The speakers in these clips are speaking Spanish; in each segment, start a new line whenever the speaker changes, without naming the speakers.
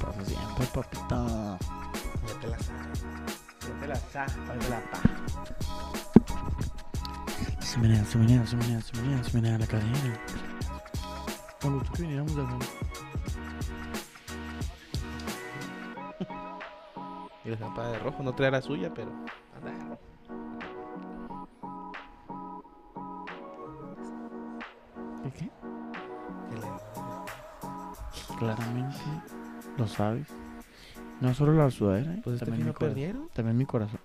pasa siempre, papito.
Ya te la sabes. Ya te la sabes, ya te la pa.
Chimenea, chimenea, chimenea, chimenea, chimenea la cadena. Con gusto que viniéramos de fondo.
Y la estampa de rojo, no trae la suya, pero. Anda.
¿Qué qué?
que le-
Claramente lo sabes. No solo la sudadera, ¿eh?
Pues este
también,
fin
mi
no
corazón,
perdieron.
también mi corazón.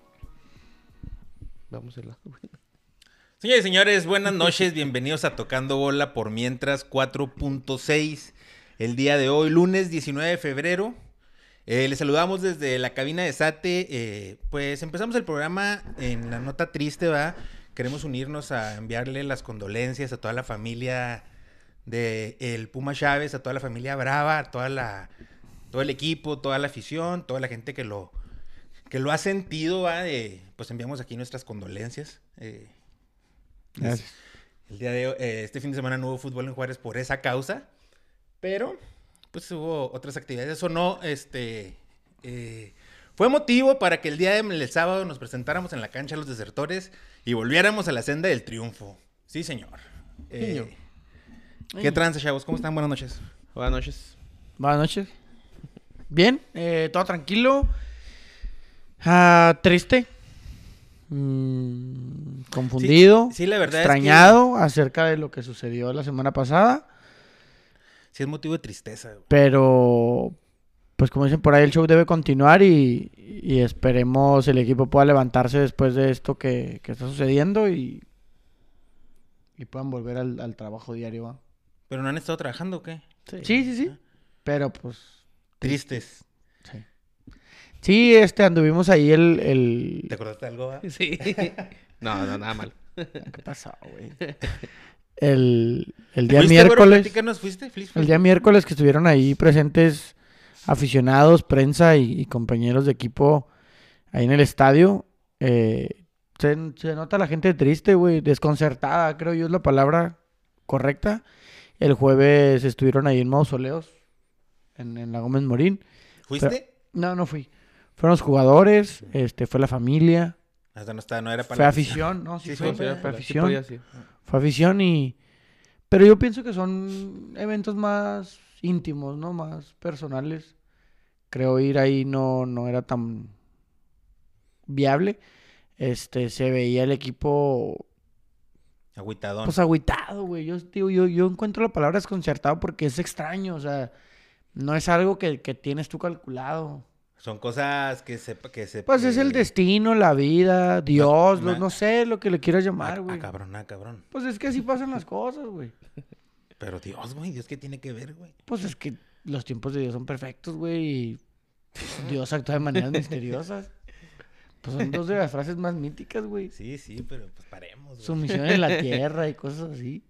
Vamos a ir la-
Señores y señores, buenas noches. Bienvenidos a Tocando Bola por Mientras 4.6. El día de hoy, lunes 19 de febrero. Eh, les saludamos desde la cabina de Sate. Eh, pues empezamos el programa en la nota triste, ¿va? Queremos unirnos a enviarle las condolencias a toda la familia de el Puma Chávez, a toda la familia Brava, a toda la, todo el equipo, toda la afición, toda la gente que lo, que lo ha sentido, ¿va? De- pues enviamos aquí nuestras condolencias. eh,
Gracias.
el día de hoy- eh, este fin de semana no hubo fútbol en Juárez por esa causa, pero pues hubo otras actividades. Eso no, este, eh, fue motivo para que el día del sábado nos presentáramos en la cancha de los desertores y volviéramos a la senda del triunfo. Sí, señor. Eh,
Señor.
¿Qué tranza, chavos? ¿Cómo están? Buenas noches.
Buenas noches.
Buenas noches. Bien, eh, todo tranquilo. Ah, triste. Mm, confundido.
Sí, sí, la verdad es que-
Extrañado acerca de lo que sucedió la semana pasada.
Sí, es motivo de tristeza. güey.
Pero, pues como dicen por ahí, el show debe continuar y, y esperemos el equipo pueda levantarse después de esto que, que está sucediendo y, y puedan volver al, al trabajo diario. ¿va?
¿Pero no han estado trabajando o qué?
Sí, sí, sí. Pero pues,
Tristes.
sí. Sí, este, anduvimos ahí el... el...
¿Te acordaste de algo? va?
Sí. No, no, nada mal.
¿Qué pasó, güey? El, el día
¿Fuiste, güero?
miércoles...
Platícanos, ¿Fuiste? ¿Flis-
El día miércoles que estuvieron ahí presentes aficionados, prensa y, y compañeros de equipo ahí en el estadio, eh, se, se nota la gente triste, güey, desconcertada, creo yo es la palabra correcta. El jueves estuvieron ahí en mausoleos, en, en la Gómez Morín.
¿Fuiste?
No, no fui. Fueron los jugadores, este, fue la familia,
Hasta no estaba, no era para
fue
la
afición, ¿no? Sí,
Sí, sí,
fue,
sí, era
fue
para-
Sí
afición
podía, sí.
fue afición y... Pero yo pienso que son eventos más íntimos, ¿no? Más personales. Creo ir ahí no, no era tan viable. Este, se veía el equipo,
Agüitadón.
pues, agüitado, güey. Yo, digo, yo, yo encuentro la palabra desconcertado porque es extraño, o sea... No es algo que, que tienes tú calculado.
Son cosas que se... Que se
Pues es el destino, la vida, Dios,
no-
los- no sé lo que le quieras
Ah,
llamar,
ah,
güey.
cabrón, ah, cabrón.
Pues es que así pasan las cosas, güey.
Pero Dios, güey, Dios, ¿qué tiene que ver, güey?
Pues es que los tiempos de Dios son perfectos, güey. y Dios actúa de maneras misteriosas. Pues son dos de las frases más míticas, güey.
Sí, sí, pero pues paremos,
Su
güey.
misión en la tierra y cosas así.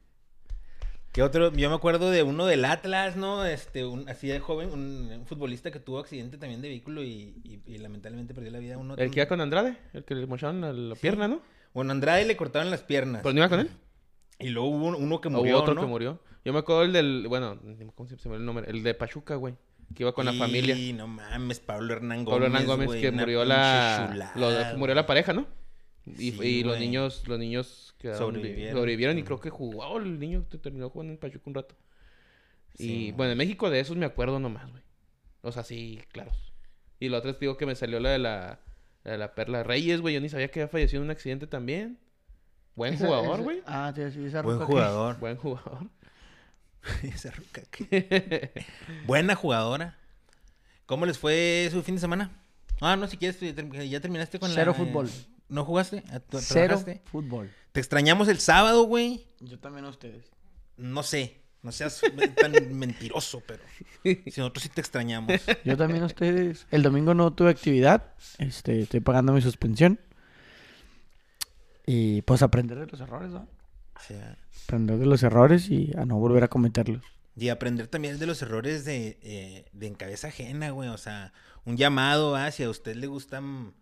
¿Qué otro? Yo me acuerdo de uno del Atlas, ¿no? Este, un, así de joven, un, un futbolista que tuvo accidente también de vehículo y, y- y lamentablemente perdió la vida. Uno,
El que iba con Andrade, el que le mocharon la, la pierna, ¿no?
Bueno, Andrade le cortaron las piernas.
¿Pero no iba con él?
Y luego hubo un- uno que
O
murió,
hubo otro
¿no?
que murió. Yo me acuerdo el del, bueno, ni- ¿cómo se se me olvidó el nombre? El de Pachuca, güey. Que iba con la familia.
Y no mames, Pablo Hernán Gómez,
Pablo Hernán Gómez,
güey,
que
una
murió
pinche
la,
chulada,
los- murió la pareja, ¿no? Y,
Sí,
y los
güey.
niños, los niños quedaron vi-
Sobrevivieron.
sobrevivieron y creo que jugó oh, el niño que terminó jugando en Pachuca un rato.
Sí,
y
mo.
bueno, en México de esos me acuerdo nomás, güey. O sea, sí, claro. Y la otra es digo que me salió la de la, la de la Perla Reyes, güey. Yo ni sabía que había fallecido en un accidente también. Buen
Esa-
jugador,
esa-
güey.
Ah, te sí, esa
Buen
ruca que-
jugador.
Buen jugador.
Esa ruca que- Buena jugadora. ¿Cómo les fue su fin de semana? Ah, no, si quieres, tú ya term- ya terminaste con la-
Cero fútbol.
¿No jugaste? ¿Ah, tú
Cero
trabajaste?
fútbol.
Te extrañamos el sábado, güey.
Yo también a ustedes.
No sé. No seas me- tan mentiroso, pero. Si nosotros sí te extrañamos.
Yo también a ustedes. El domingo no tuve actividad. Este, estoy pagando mi suspensión. Y pues aprender de los errores, ¿no?
O sea,
Aprender de los errores y a no volver a cometerlos.
y aprender también de los errores de, eh, de en cabeza ajena, güey. O sea, un llamado hacia si a usted le gusta mm,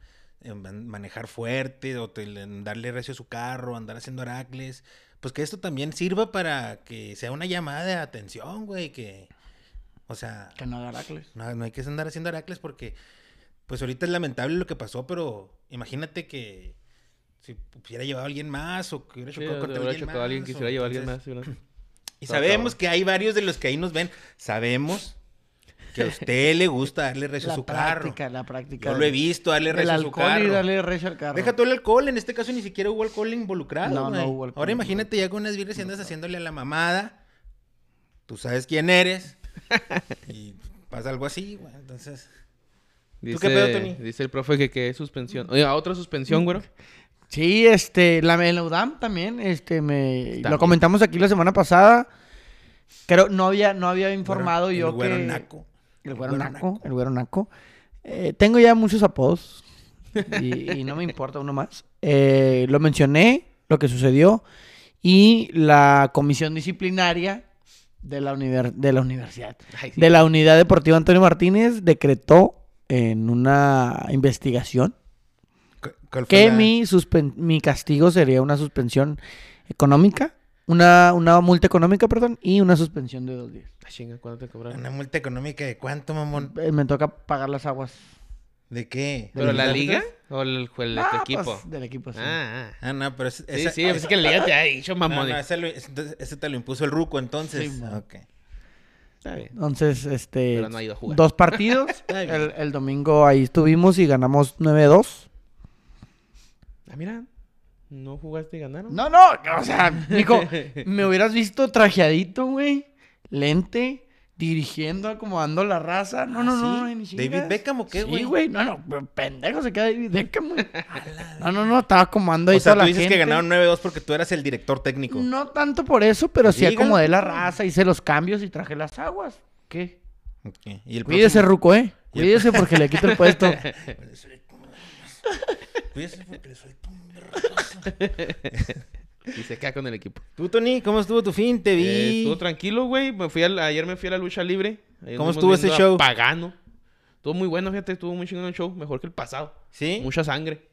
eh, man- manejar fuerte o te- le- darle recio a su carro, andar haciendo oracles. Pues que esto también sirva para que sea una llamada de atención, güey. Que, o O sea,
Que no haga Heracles.
no, no hay que andar haciendo Heracles porque, pues ahorita es lamentable lo que pasó, pero imagínate que si hubiera llevado a alguien más o que hubiera
Sí,
chocado contra
hubiera
alguien,
chocado a alguien
más,
que
o
se hubiera llevado a alguien
entonces-
más. sí, ¿verdad?
Y
Está
sabemos
cabrón.
que hay varios de los que ahí nos ven. Sabemos que a usted le gusta darle recio a
la
su carro.
práctica, la práctica.
Yo lo he visto darle
El
recio a su
alcohol
carro.
y darle recio al carro.
Deja todo el alcohol, en este caso ni siquiera hubo alcohol involucrado.
No, no
güey.
hubo alcohol
Ahora imagínate ya con unas birras y andas haciéndole a la mamada. Tú sabes quién eres. y pasa algo así, güey. Entonces,
Dice,
qué pedo, Tony?
Dice el profe que que es suspensión. Oiga, otra suspensión, güero.
Sí, este, la, en la UDAM también, este, me,
También.
lo comentamos aquí la semana pasada. Creo, no había, no había informado
güero-
yo
el güero
que...
naco.
El
El
güero
güero
naco, el güero naco. Eh, tengo ya muchos apodos y, y no me importa uno más. Eh, lo mencioné, lo que sucedió y la comisión disciplinaria de la, univer- de la universidad,
Ay, sí.
de la unidad deportiva Antonio Martínez decretó en una investigación
¿Cu- cuál fue
que
la-
mi, suspen- mi castigo sería una suspensión económica, una, una multa económica, perdón, y una suspensión de dos días.
Ah, chinga, ¿cuándo te cobraron?
Una multa económica de cuánto, mamón?
Eh, Me toca pagar las aguas
¿De
de
qué?
¿Pero
los
la
árbitros.
liga? ¿O el, o el-
Ah,
tu
pues,
equipo?
del equipo, sí.
Ah, ah.
Ah, no, pero... es-
Sí,
esa-
sí, es que la liga te ha dicho,
No,
mamón.
no, ese, lo- ese- entonces, ese te lo impuso el ruco, entonces.
Sí, man.
Ok.
Está bien.
Entonces, este.
Pero no ha ido a jugar.
Dos partidos. el, el domingo ahí estuvimos y ganamos 9-2.
Ah, mira. ¿No jugaste y ganaron?
No, no, o sea, Nico, me hubieras visto trajeadito, güey. Lente, dirigiendo, acomodando la raza. No, no,
Ah, ¿Sí?
no, no, ni chingas.
¿David Beckham o qué, güey?
Sí, güey, no, no, pero pendejo se queda David Beckham, güey. No, no, no, estaba acomodando ahí
O sea,
toda
tú
la
dices que
gente.
ganaron 9-2 porque tú eras el director técnico.
No tanto por eso, pero sí
Dígalo.
acomodé la raza, hice los cambios y traje las aguas. ¿Qué?
Ok. Y el
Cuídese,
próximo-
Ruco, ¿eh? Cuídese porque le quito el puesto.
Le suelto un- Cuídese porque le suelto un-
Y se queda con el equipo.
Tú, Tony, ¿cómo estuvo tu fin? Te vi.
Eh, estuvo tranquilo, güey. Me fui a la- ayer me fui a la lucha libre. Ahí
¿Cómo
anduvimos
estuvo ese
viendo a
show?
Pagano. Estuvo muy bueno, fíjate. Estuvo muy chingón el show. Mejor que el pasado.
¿Sí?
Mucha sangre.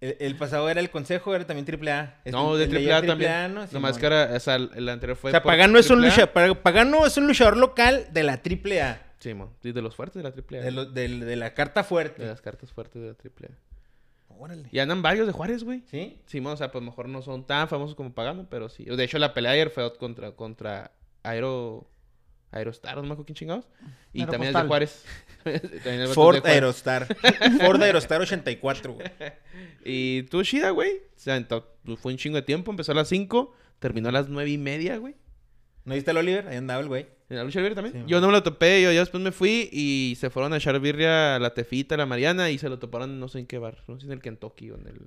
El, el pasado era el consejo, era también triple A. Es
No,
un-
de
el
triple
allá
A también.
¿no?
Nomás
Simón.
que era, o sea, el el anterior fue.
O sea,
por
Pagano es, un
triple A.
lucha- Pag- Pagano es un luchador local de la triple A.
Sí, mo, sí, de los fuertes de la triple A.
De,
De,
lo- del- de la carta fuerte.
las cartas fuertes de la triple A.
Órale.
Y andan varios de Juárez, güey.
¿Sí?
Sí, mo, o sea, pues mejor no son tan famosos como Pagano, pero sí. De hecho, la pelea de ayer fue contra, contra Aero. Aerostar, no me acuerdo quién chingados. Y también el de
Aeropostal.
Juárez. También el vato de
Ford
Juárez.
Aerostar. Ford Aerostar 84, güey.
Y tú, chida, güey. O sea, ento- pues, fue un chingo de tiempo. Empezó a las 5, terminó a las 9 y media, güey.
¿No viste al Oliver? Ahí andaba el güey.
En la lucha libre también.
Sí,
yo no me lo topé, yo, yo después me fui y se fueron a echar birria a la Tefita, a la Mariana y se lo toparon no sé en qué bar. No sé si en el Kentucky o en el,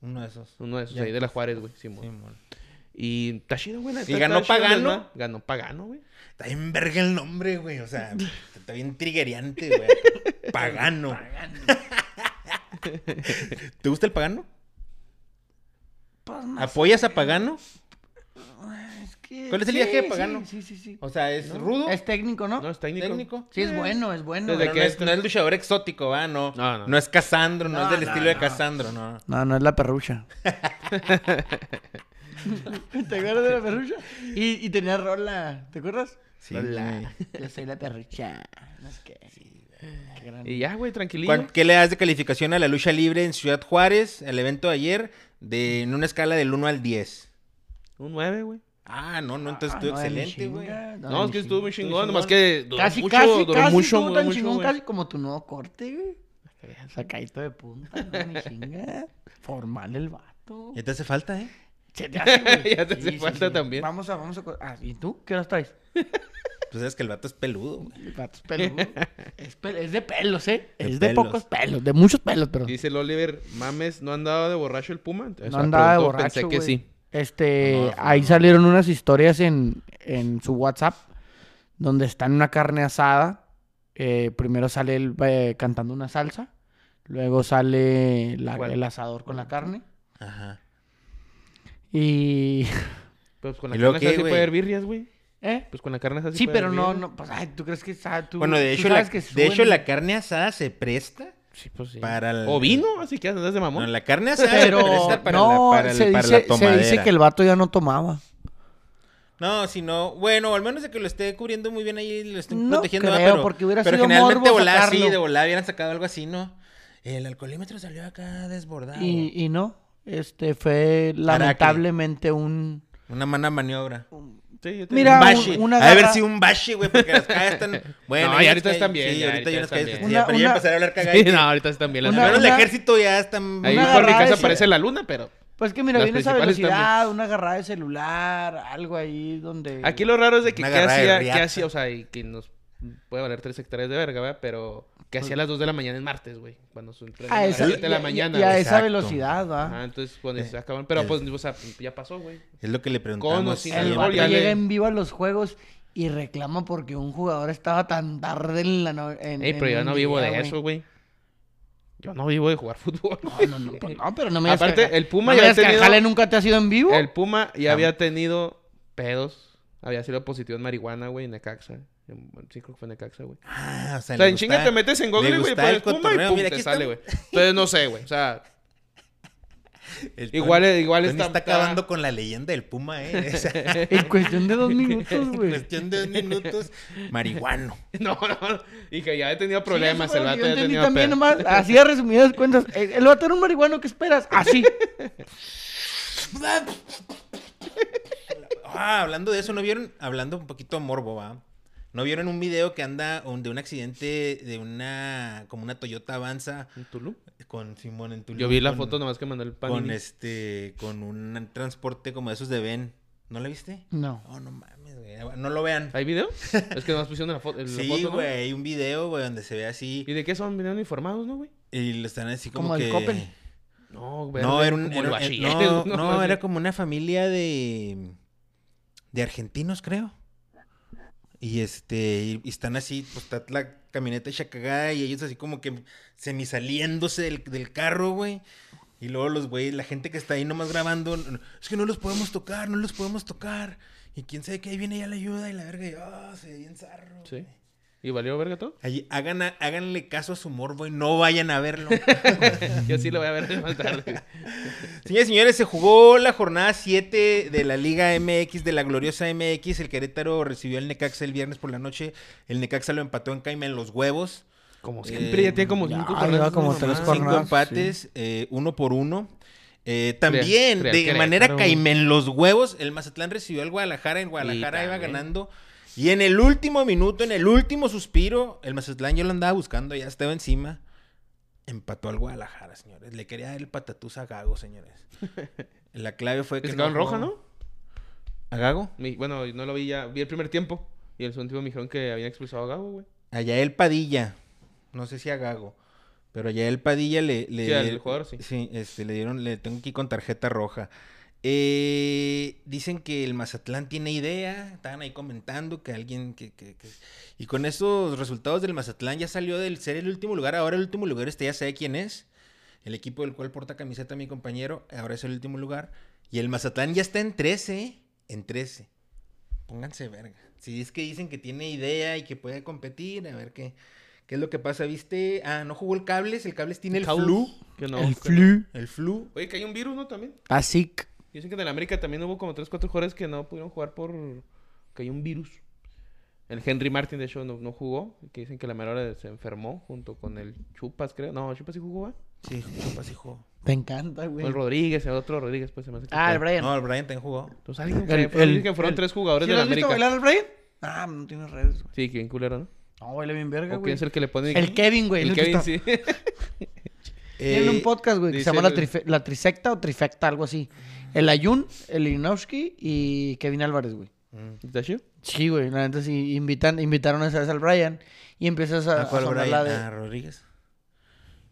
Uno de esos.
uno de esos
Ya.
ahí de la Juárez, güey. Simón.
Simón.
Y está chido, güey. la
¿Y
neta,
ganó
está chido,
Pagano?
¿verdad? Ganó Pagano, güey.
Está bien verga el nombre, güey. O sea, está bien trigueriante, güey. Pagano. ¿Te gusta el pagano?
Pues, no
¿Apoyas a pagano?
Es que-
¿Cuál es el viaje de Pagano?
Sí, sí, sí.
O sea, es rudo,
Es técnico, ¿no?
No, es técnico.
técnico. Eh.
Sí, es bueno, es bueno.
Desde
Pero
que
no, es,
este-
no es luchador exótico, va, no.
No, no.
es Casandro, no,
No,
es del
no,
estilo de
no.
Casandro, no.
No, no es la perrucha. ¿Te acuerdas de la perrucha? Y, y tenía rola, ¿te acuerdas?
Sí,
Rola.
güey.
Yo soy la perrucha. No es que. Qué gran-
Y ya, güey, tranquilillo.
¿Cuán- ¿Qué le das de calificación a la lucha libre en Ciudad Juárez, el evento de ayer, de, en una escala del 1 al 10?
Un 9, güey.
Ah, no, no, entonces
Ah,
estuvo
no, de mi
excelente, güey.
chinga,
No,
de mi
es que estuvo muy
estuvo
chingón, nomás
chingón.
que duró
Casi,
mucho,
casi,
duró
casi
mucho,
estuvo
duró
tan
mucho,
chingón,
güey.
casi como tu nuevo corte, güey. Sacadito de punta, no, mi chinga. Formal el vato.
Ya te hace falta, ¿eh?
Se te hace, güey.
Ya te hace falta también.
Vamos a, vamos a. co- Ah, ¿y tú? ¿Qué horas traes?
Tú Pues sabes que el vato es peludo, güey.
El vato es peludo. es, pel- es de pelos, ¿eh?
De
es de
pelos.
pocos pelos, de muchos pelos, pero.
Dice el Oliver, mames, ¿no andaba de borracho el Puma? O
no
sea,
andaba de
preguntó,
borracho.
Pensé que
güey.
sí.
Este,
No, no,
ahí
no.
salieron unas historias en, en su WhatsApp donde están una carne asada. Eh, primero sale él eh, cantando una salsa. Luego sale la-
¿Cuál?
el asador con la carne.
Ajá.
Y.
Pues con la
¿Y luego
carne
qué,
asada sí
güey?
puede haber birrias, güey.
¿Eh?
Pues con la carne asada sí
Sí,
puede
pero
haber
no,
birrias.
no. Pues, ay, ¿tú crees que sa- tú-
Bueno, de
tú
hecho, la,
sabes que
de hecho,
suben-
la carne asada se presta.
Sí, pues sí.
Para el-
O vino, así que andas de
No,
mamón.
la carne asada se
Pero
presta para
no,
la, para el-
se,
para la
dice, se dice
tomadera.
que el vato ya no tomaba.
No, si no, bueno, al menos de que lo esté cubriendo muy bien ahí, lo estén
No
protegiendo.
creo,
¿verdad? pero,
porque hubiera
pero
sido
generalmente de
morbo
volada, sí,
sacarlo.
de volada hubieran sacado algo así, ¿no? El alcoholímetro salió acá desbordado.
Y, y no, este fue lamentablemente un...
Una mala maniobra. Un
Sí, yo te
Mira,
digo.
un-
bashi.
una
a ver
garra-
si un bashi, güey, porque las calles están. Bueno,
No,
hay
y
unas
ahorita
calles-
están bien,
Sí,
ya,
ahorita hay
ahorita
unas calles
están
que
bien.
sí, pero ya
Una-
empezaré a hablar cagadas.
Sí,
que-
no, ahorita estí también las
Una-
al menos
calles.
el
una-
ejército ya está.
Ahí
una
por mi
agarrada
casa
de-
parece la luna, pero...
Pues que mira,
Las
viene esa
principales
velocidad, una agarrada de celular, algo ahí donde...
Aquí lo raro es de que
Una
qué
agarrada de
hacía,
riata.
qué hacía, o sea, y que nos puede valer tres hectáreas de verga, ¿verdad? Pero que hacía a las 2 de la mañana en martes, güey. Cuando su entreno
A
a las
esa,
7 de la
y- y-
mañana.
y a
güey.
esa
Exacto.
velocidad, ¿va?
Ajá, entonces cuando
Eh,
se acaban. Pero
el-
pues, o sea, ya pasó, güey.
Es lo que le
Con o
preguntamos.
sin
ayer.
El
Sí,
vato
ya le-
llega en vivo a los juegos y reclama porque un jugador estaba tan tarde en la no... en-
Ey, pero
en
yo
un
no vivo
día,
de
güey.
eso, güey. Yo no vivo de jugar fútbol. güey.
No, no, no, pues no, pero no me digas
Aparte,
que-
el Puma
no me
ya
digas
había
que
tenido-
Jale nunca te ha sido en vivo.
El Puma ya
Ah.
había tenido pedos. Había sido positivo en marihuana, güey, en Necaxa. En- Sí, creo que fue en Necaxa, güey.
Ah, o sea,
O
le
sea, en
gusta-
chinga te metes en
le
Google, güey,
gusta
pones
el
Puma y
cotorreo.
pum,
Mira,
te
aquí
sale, güey.
estamos.
Entonces, no sé, güey. O sea,
El Tony-
igual, igual
Tony
está...
pues, está, acabando con la leyenda del Puma, ¿eh? O sea,
En cuestión de dos minutos, güey.
cuestión de minutos, marihuano.
No, no. Y que ya he tenido problemas.
Sí,
el
güey,
vato
yo
ya ha
entendí
tenido
también
pedos.
nomás, así a resumidas cuentas, el, el vato era un marihuano, ¿qué esperas? Así.
Ah, hablando de eso, ¿no vieron? Hablando un poquito morbo, ¿va? ¿No vieron un video que anda un- de un accidente de una... como una Toyota Avanza
¿En Tulum?
con Simón en Tulum?
Yo vi la
con-
foto nomás que mandó el Panini.
Con este... con un transporte como esos de Ben. ¿No la viste?
No.
No, no mames, güey. No lo vean.
¿Hay video? Es que nomás pusieron la, foto. la
Sí,
foto, ¿no?
güey. Hay un video, güey, donde se ve así
¿Y de qué son? ¿Vinieron informados, no, güey?
y lo están así como,
Como el
que...
Coppel.
No, güey.
No, era un...
como el
era-
bachiller,
no,
¿no?
no,
Así.
era como una familia de... De argentinos, creo. Y este... Y, y están así, pues está la camioneta hecha cagada y ellos así como que semisaliéndose del, del carro, güey. Y luego los güeyes, la gente que está ahí nomás grabando, "No, no, es que no los podemos tocar, no los podemos tocar. Y quién sabe que ahí viene ya la ayuda y la verga, y ah, se ve bien zarro.
Sí.
güey.
¿Y valió verga todo?
Ahí, hagan a- háganle caso a su morbo y no vayan a verlo.
Yo sí lo voy a ver más tarde.
Señores, señores, se jugó la jornada 7 de la Liga MX, de la gloriosa MX. El Querétaro recibió al Necaxa el viernes por la noche. El Necaxa lo empató en Caima en los huevos.
Como
siempre, ya tiene como
cinco jornadas,
como
güey,
tres
nomás.
jornadas.
Cinco
jornadas,
empates, eh, uno por uno. Eh,
Real-
también,
Real
de
Querétaro,
manera
güey.
Caima en los huevos, el Mazatlán recibió al Guadalajara. En Guadalajara
Y
iba
también.
ganando. Y en el último minuto, en el último suspiro, el Mazatlán yo lo andaba buscando, ya estaba encima. Empató al Guadalajara, señores. Le quería dar el patatús a Gago, señores. La clave fue que.
Se quedó en roja, ¿no?
¿A Gago?
Mi- bueno, no lo vi ya. Vi el primer tiempo. Y el segundo tiempo me dijeron que habían expulsado a Gabo, güey.
A Yael Padilla. No sé si a Gago. Pero a Yael Padilla le. le
Sí, al jugador, sí.
este, le dieron. Le tengo aquí con tarjeta roja. Eh, dicen que el Mazatlán tiene idea. Estaban ahí comentando que alguien. Que, que- que- Y con esos resultados del Mazatlán ya salió del ser el último lugar. Ahora el último lugar este ya sabe quién es. El equipo del cual porta camiseta mi compañero. Ahora es el último lugar. Y el Mazatlán ya está en 13. ¿eh? En 13. Pónganse verga. Si es que dicen que tiene idea y que puede competir, a ver qué, qué es lo que pasa. ¿Viste? Ah, no jugó el Cables. El Cables tiene el
Caos,
flu.
Que no.
el
que no.
flu,
El flu.
Oye, que hay un virus, ¿no? También.
así. que-
Dicen que en el América también hubo como 3, 4 jugadores que no pudieron jugar por... Que hay un virus. El Henry Martin, de hecho, no, no jugó. Que dicen que la mera hora se enfermó junto con el Chupas, creo. No, Chupas sí jugó, ¿va?
Sí, Chupas sí jugó.
Te encanta,
O
güey.
el Rodríguez, el otro Rodríguez, pues se me hace que
Ah, el
fue.
Brian.
No, el Brian también jugó.
Entonces, alguien
El-
que fueron-
el-
dicen que fueron
el-
tres
¿Sí
jugadores
lo
del
has visto
América.
bailar al Brian? Ah, no tienes redes, güey.
Sí, que bien culero, ¿no?
No, huele bien verga,
¿O quién
güey.
es el que le pone
El Kevin, güey.
El
¿no?
Kevin,
Está-
sí.
Tienen un
Eh,
podcast, güey, que se
dice
llama la,
el-
Trife- la Trisecta o Trifecta, algo así. El Ayun, el Ilinowski y Kevin Álvarez, güey.
mm.
¿Está chido?
Sí, güey, la neta sí invitan, invitaron esa vez al Brian y empiezas a,
Ah, ¿cuál
a sonar
Brian?
la de
Ah, Rodríguez.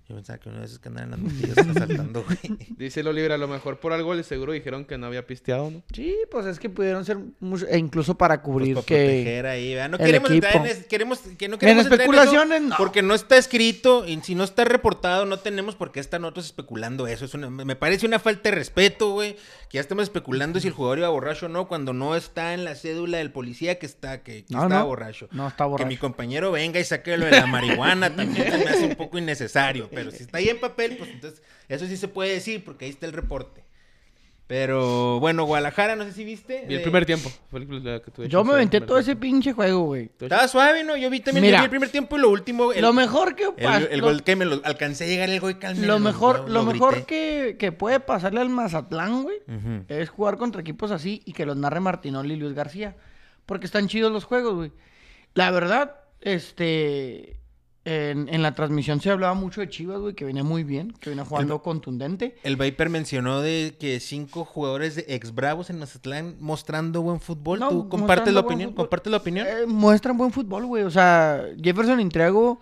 Yo pensaba que uno de esos que andan en las motillas asaltando, güey.
Dice el Oliver, a lo mejor por algo le seguro dijeron que no había pisteado, ¿no?
Sí, pues es que pudieron ser mucho- e incluso para
Pues
cubrir
para
que
proteger ahí, ¿verdad? No
el
queremos entrar en
equipo.
es- queremos, que no queremos entrar en eso
especulaciones, no.
Porque no está escrito, y si no está reportado, no tenemos por qué estar nosotros especulando eso. Es una- me parece una falta de respeto, güey. Que ya estamos especulando si el jugador iba borracho o no, cuando no está en la cédula del policía que está, que, que
No,
está
no.
borracho.
no está
Que
borracho.
mi compañero venga y saque lo de la marihuana también se me hace un poco innecesario. Pero si está ahí en papel, pues entonces eso sí se puede decir porque ahí está el reporte. Pero bueno, Guadalajara, no sé si viste.
Vi el
de-
primer tiempo. Fue la que tú
Yo me
echaste,
aventé
el
todo ese
primer
pinche juego, güey.
tiempo.
Estaba suave, ¿no? Yo vi también
Mira.
yo vi el primer tiempo y lo último. El,
Lo mejor que
el-
pas-
el
lo-
gol que me lo alcancé a llegar el gol que al menos
lo mejor,
huevos,
lo mejor
grité.
que, que puede pasarle al Mazatlán, güey,
Ujú.
es jugar contra equipos así y que los narre Martinoli y Luis García. Porque están chidos los juegos, güey. La verdad, este. En, en la transmisión se hablaba mucho de Chivas, güey, que venía muy bien, que venía jugando contundente.
El Viper mencionó de que cinco jugadores de ex Bravos en Mazatlán mostrando buen fútbol.
No,
¿Tú compartes
mostrando
la
buen
opinión?
fútbol.
¿Compartes la opinión?
Eh, muestran buen fútbol, güey. O sea, Jefferson Intriago,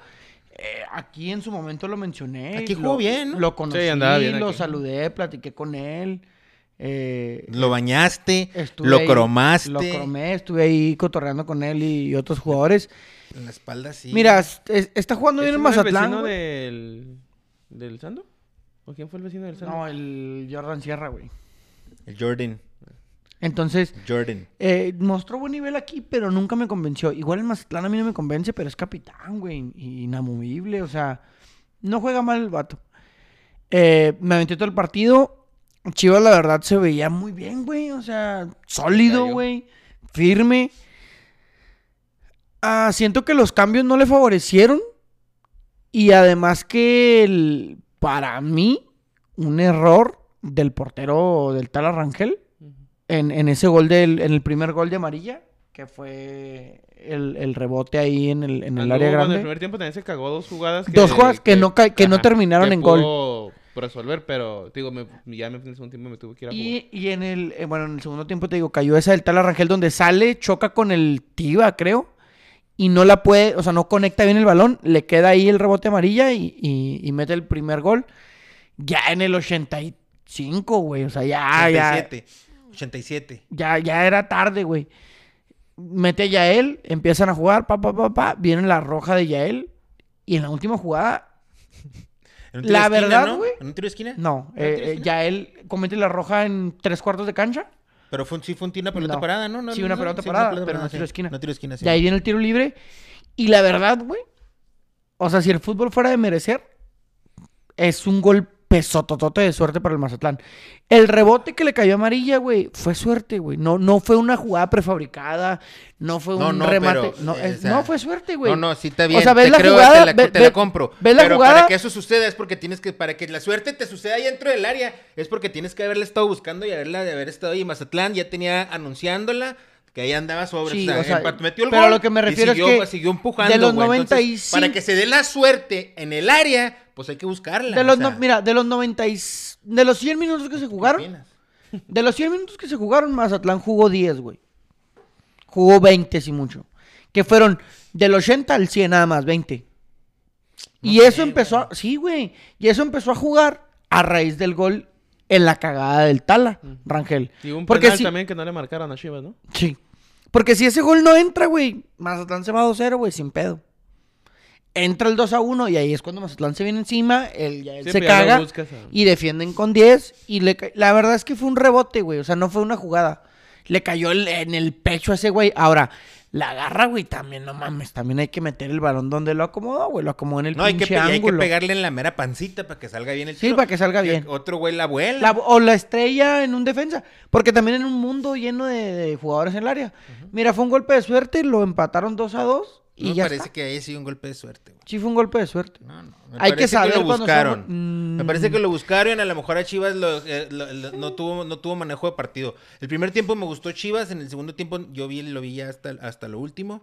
eh, aquí en su momento lo mencioné.
Aquí
lo-
jugó bien, ¿no?
Lo conocí,
andaba bien
lo
aquí.
saludé, platiqué con él. Eh,
Lo bañaste,
estuve
lo
ahí-
cromaste.
Lo cromé, estuve ahí cotorreando con él y, y otros jugadores.
En la espalda sí.
Mira, es- es- está jugando bien
¿Ese
en
no era el
Mazatlán.
vecino
güey.
del... del Sando? ¿O quién fue el vecino del Sando?
No, el Jordan Sierra, güey.
El Jordan.
Entonces,
Jordan.
eh, mostró buen nivel aquí, pero nunca me convenció. Igual el Mazatlán a mí no me convence, pero es capitán, güey. y Inamovible, o sea, no juega mal el vato. Eh, me aventé todo el partido. Chivas, la verdad, se veía muy bien, güey. O sea, sólido,
Cayó.
güey. Firme. Ah, siento que los cambios no le favorecieron. Y además que el- para mí, un error del portero del tal Arrangel
Ujú.
en, en ese gol del, en el primer gol de amarilla, que fue el, el rebote ahí en el, en el
Anduvo,
área
bueno, el
grande.
primer tiempo también se cagó dos jugadas.
Dos jugadas que no ca- que no terminaron en gol.
pudo resolver, pero te digo, me, ya me, en el segundo tiempo me tuve que ir a jugar.
Y, y en el, eh, bueno, en el segundo tiempo te digo, cayó esa del tal Arrangel donde sale, choca con el Tiva, creo, y no la puede, o sea, no conecta bien el balón, le queda ahí el rebote amarilla y, y- y mete el primer gol. Ya en el 85, güey, o sea, ya, Ah, ya,
87. 87.
ya, ya era tarde, güey. Mete a Yael, empiezan a jugar, pa, pa, pa, pa, viene la roja de Yael, y en la última jugada
En un tiro
La
de esquina,
verdad,
¿no?
güey.
¿En un tiro de esquina?
No,
¿Pero
eh,
tiro de
eh,
esquina?
ya él comete la roja en tres cuartos de cancha.
Pero fue, un- sí fue un tiro, una pelota
No.
parada, ¿no? no
Sí, una
no,
pelota parada, pero no
sí.
tiro de esquina.
No tiro de esquina, sí.
De ahí viene el tiro libre. Y la verdad, güey. O sea, si el fútbol fuera de merecer, es un gol pesototote de suerte para el Mazatlán. El rebote que le cayó a amarilla, güey, fue suerte, güey. No, no fue una jugada prefabricada, no fue
No,
un
no,
remate.
pero,
no,
eh,
es-
o sea,
no fue suerte, güey.
No, no, sí está bien.
O sea, ves
te
la
creo,
jugada,
te la,
ve-
te la
ve-
compro.
ves la
pero
jugada-
para que eso suceda es porque tienes que, para que la suerte te suceda ahí dentro del área, es porque tienes que haberla estado buscando y haberla de haber estado ahí. Mazatlán ya tenía anunciándola, que ahí andaba sobre.
Sí,
o sea,
o sea,
empa- metió el
pero
gol
lo que me
y
refiero es
siguió- pues,
que
siguió empujando.
de los
güey. Entonces,
95
para que se dé la suerte en el área, pues hay que buscarla.
De los,
o sea,
no- mira, de los 90 y s- de los 100 minutos que se
¿qué
jugaron,
opinas?
de los 100 minutos que se jugaron, Mazatlán jugó 10, güey. Jugó 20 si mucho. Que fueron del 80 al 100 nada más, 20.
No
y
sé,
eso empezó, a, sí, güey. Y eso empezó a jugar a raíz del gol en la cagada del Tala, Rangel.
Y un
Porque
penal
si,
también que no le marcaron a Chivas, ¿no?
sí. Porque si ese gol no entra, güey, Mazatlán se va 2-0, güey, sin pedo. Entra el 2 a 1 y ahí es cuando Mazatlán se viene encima, él, ya él
Sí,
se
pero ya lo
caga
buscas a-
y defienden con 10 y le ca- la verdad es que fue un rebote, güey, o sea, no fue una jugada. Le cayó el- en el pecho a ese güey. Ahora, la agarra, güey, también no mames, también hay que meter el balón donde lo acomodó, güey, lo acomodó en el
No, hay que,
pinche
pe- hay que
ángulo.
pegarle en la mera pancita para que salga bien el
Sí,
tiro.
para que salga bien.
Otro güey la vuela.
La- o la estrella en un defensa. Porque también en un mundo lleno de, de jugadores en el área. Mira, fue un golpe de suerte, lo empataron 2 a 2 y
no me
ya
parece
está.
que haya sido un golpe de suerte, güey.
Sí, fue un golpe de suerte.
No, no. Me
Hay que
parece
saber
lo
cuando son-
buscaron.
Mm.
Me parece que lo buscaron. A lo mejor a Chivas lo- eh, lo- lo- no, tuvo, no tuvo manejo de partido. El primer tiempo me gustó Chivas. En el segundo tiempo yo vi, lo vi ya hasta, hasta lo último.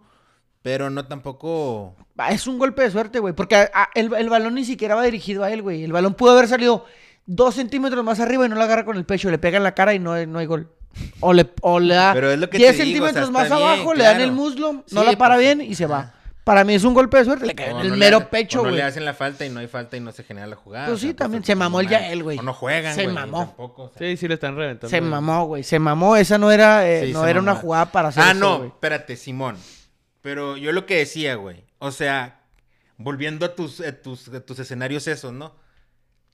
Pero no tampoco.
Ah, Es un golpe de suerte, güey. Porque a- a- el, el balón ni siquiera va dirigido a él, güey. El balón pudo haber salido dos centímetros más arriba y no lo agarra con el pecho. Le pega en la cara y no, hay- no hay gol. O le, o le da
Pero es lo que
10
te digo, o sea,
centímetros
está
más
bien,
abajo, le dan
claro.
el muslo,
Sí,
no la para
pues,
bien y se va.
ajá.
Para mí es un golpe de suerte. Le cae
o
en el
no le
mero
hacen-
pecho,
o no
güey.
le hacen la falta y no hay falta y no se genera la jugada.
Pues sí, también
pues,
se mamó el
no mames.
Yael, güey.
O no juegan,
Se
güey,
mamó.
tampoco, o sea.
Sí, sí le están reventando.
Se mamó, güey. Se mamó. Esa no era, eh,
Sí,
no
se
era una
mamó.
jugada para hacer
Ah,
eso,
no,
güey.
espérate, Simón. Pero yo lo que decía, güey. O sea, volviendo a tus, a tus, a tus escenarios esos, ¿no?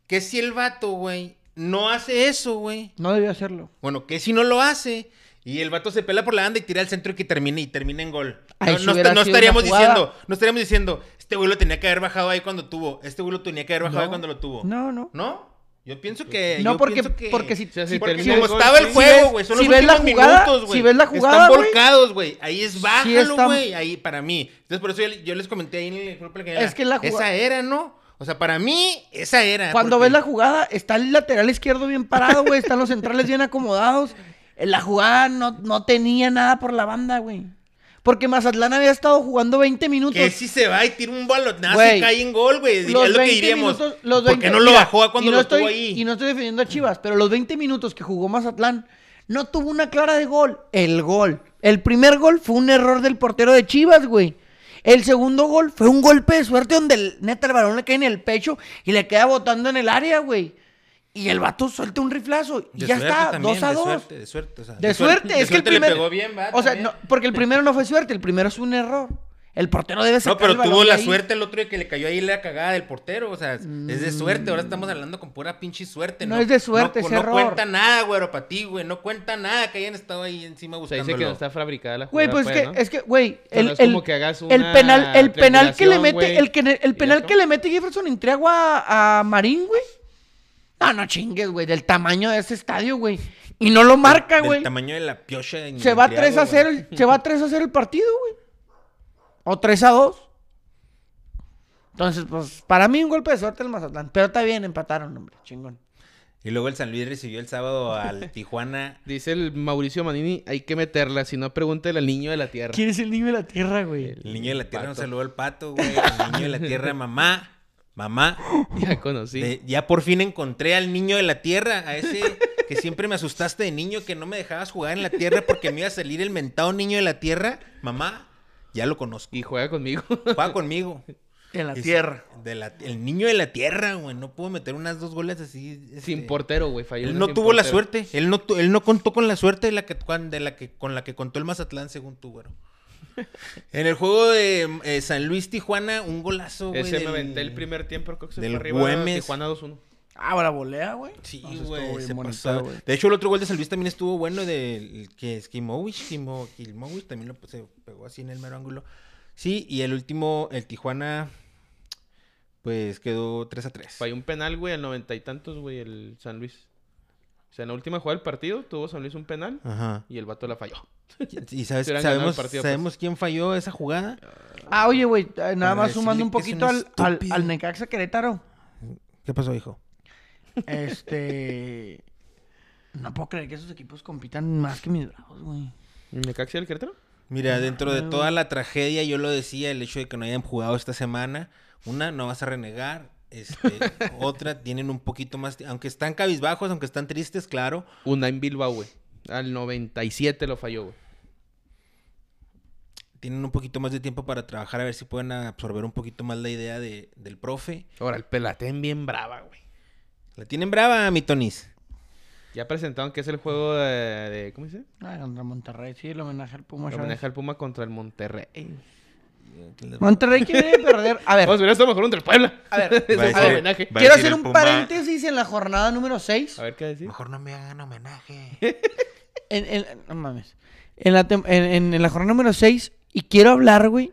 Que si el vato, güey, no hace eso, güey.
No debió hacerlo.
Bueno, que si no lo hace. Y el vato se pela por la banda y tira al centro y que termine y termine en gol.
Ay,
no,
si
no
hubiera
est- no
sido una
estaríamos
jugada.
diciendo, no estaríamos diciendo, este güey lo tenía que haber bajado ahí cuando tuvo, este güey lo tenía que haber bajado
No.
ahí cuando lo tuvo.
No, no.
¿No? Yo pienso que.
No,
Eh, yo
porque,
pienso que-
porque si,
O sea,
si-
si
Porque
termina
como
el gol,
estaba el
sí.
Si
juego,
ves-
güey. Son
si
los
ves la
últimos
jugada-
minutos, güey.
si ves la jugada,
Están
güey.
volcados, güey. Ahí es bájalo,
están-
güey. Ahí, para mí. Entonces, por eso yo, yo les comenté ahí en el grupo de
Es que la jugada-
Esa era, ¿no? O sea, para mí, esa era.
Cuando
porque-
ves la jugada, está el lateral izquierdo bien parado, güey. Están los centrales bien acomodados. Eh, La jugada no, no tenía nada por la banda, güey. Porque Mazatlán había estado jugando 20 minutos.
Que si se va y tira un balonazo
Güey,
y cae en gol, güey. Es
Los
lo que
20
diríamos.
minutos- los
¿Por
20
qué no lo
mira,
bajó a
y
cuando
no
lo
estoy,
tuvo ahí?
Y no estoy defendiendo a Chivas, pero los 20 minutos que jugó Mazatlán no tuvo una clara de gol. El gol. El primer gol fue un error del portero de Chivas, güey. El segundo gol fue un golpe de suerte donde el- neta el balón le cae en el pecho y le queda botando en el área, güey. Y el vato suelta un riflazo y
De
ya
suerte
está,
también,
2 a 2.
De suerte, de suerte. o sea,
De suerte,
de
es que el
suerte
primer.
le pegó bien, va,
o sea,
también.
no, porque el primero no fue suerte, el primero es un error. El portero debe sacar
No, pero
el balón
tuvo
de
la
ahí.
suerte el otro de que le cayó ahí la cagada del portero. O sea, es de suerte. Ahora estamos hablando con pura pinche suerte.
Mm. No
No,
es de suerte,
No,
es
no
error.
cuenta nada, güero, para ti, güey. No cuenta nada que hayan estado ahí encima
O sea, dice
buscándolo.
que no está fabricada la
Güey,
jugada.
pues, es que,
¿no?
es que, güey,
sea,
el,
no es
el-
como que hagas
el
una
penal, el penal que le
triangulación,
mete,
güey,
el, que, ne- el
y
penal
eso.
que le mete Jefferson Intriagua a, a Marín, güey. No, no chingues, güey, del tamaño de ese estadio, güey. Y no lo marca,
Del
güey.
tamaño de la piocha. de
Se va
empleado,
3 a
güey.
0, el- se va 3 a 0 el partido, güey. O 3 a 2. Entonces, pues, para mí un golpe de suerte el Mazatlán. Pero está bien, empataron, hombre, chingón.
Y luego el San Luis recibió el sábado al Tijuana.
Dice el Mauricio Manini, hay que meterla, si no pregúntale al niño de la tierra.
¿Quién es el niño de la tierra, güey?
El niño de la tierra, un
Pato.
saludo al pato, güey. El niño de la tierra, mamá. Mamá,
Ya conocí.
de- ya por fin encontré al niño de la tierra, a ese que siempre me asustaste de niño, que no me dejabas jugar en la tierra porque me iba a salir el mentado niño de la tierra. Mamá, ya lo conozco.
Y juega conmigo.
Juega conmigo.
En la
Es-
tierra.
de la- el niño de la tierra, güey. No pudo meter unas dos goles así. este,
sin portero, güey. falló
Él
una
no
sin
tuvo la
portero.
suerte. Él no, tu- él no contó con la suerte de la que, cuan- de la que, con la que contó el Mazatlán, según tú, güero. en el juego de eh, San Luis-Tijuana, un golazo, güey.
Ese
del-
me aventé el primer tiempo, creo que se
del
fue arriba
Güemes.
Tijuana 2-1.
Ahora Ah, volea, güey.
Sí,
No, eso
güey,
estuvo bien
se
bonito,
pasó.
güey.
De hecho, el otro gol de San Luis también estuvo bueno, del que es Kimowich, Kimo- Kilmowich, también lo, se pegó así en el mero ángulo. Sí, y el último, el Tijuana, pues quedó 3 a 3.
Falló un penal, güey, al noventa y tantos, güey, el San Luis. O sea, en la última jugada del partido tuvo San Luis un penal
Ajá.
y el vato la falló.
¿Y sabes,
Si hubieran ganado el
sabemos,
partido, pues.
sabemos quién falló esa jugada?
Ah, oye, güey, eh, nada
Para
más sumando un
decirle
poquito
que es
al,
un
al,
estúpido.
al Necaxa Querétaro.
¿Qué pasó, hijo?
Este. No puedo creer que esos equipos compitan más que mis bravos, güey.
¿Necaxia del Querétaro?
Ah,
Mira, dentro de toda la tragedia, yo lo decía, el hecho de que no hayan jugado esta semana, una, no vas a renegar, este, otra, tienen un poquito más, aunque están cabizbajos, aunque están tristes, claro,
Una en Bilbao, güey. Al 97 lo falló, güey.
tienen un poquito más de tiempo para trabajar, a ver si pueden absorber un poquito más la idea de- del profe.
Ahora, el Pelatén bien brava, güey.
La tienen brava, mi Tonis.
Ya presentaron que es el juego de... de- ¿Cómo dice?
Ah, contra Monterrey, sí, el homenaje al Puma.
El
Chávez.
homenaje al Puma contra el Monterrey.
Monterrey quiere perder. A ver,
Vamos, hubiera estado mejor contra el Puebla.
a ver.
Es
Va a
un
decir-
homenaje.
va a
Quiero
decir
hacer
el
un
Puma,
paréntesis en la jornada número 6.
A ver qué decir.
Mejor no me hagan homenaje.
En, en- no mames. En la, tem- en- en- en la jornada número 6. Y quiero hablar, güey,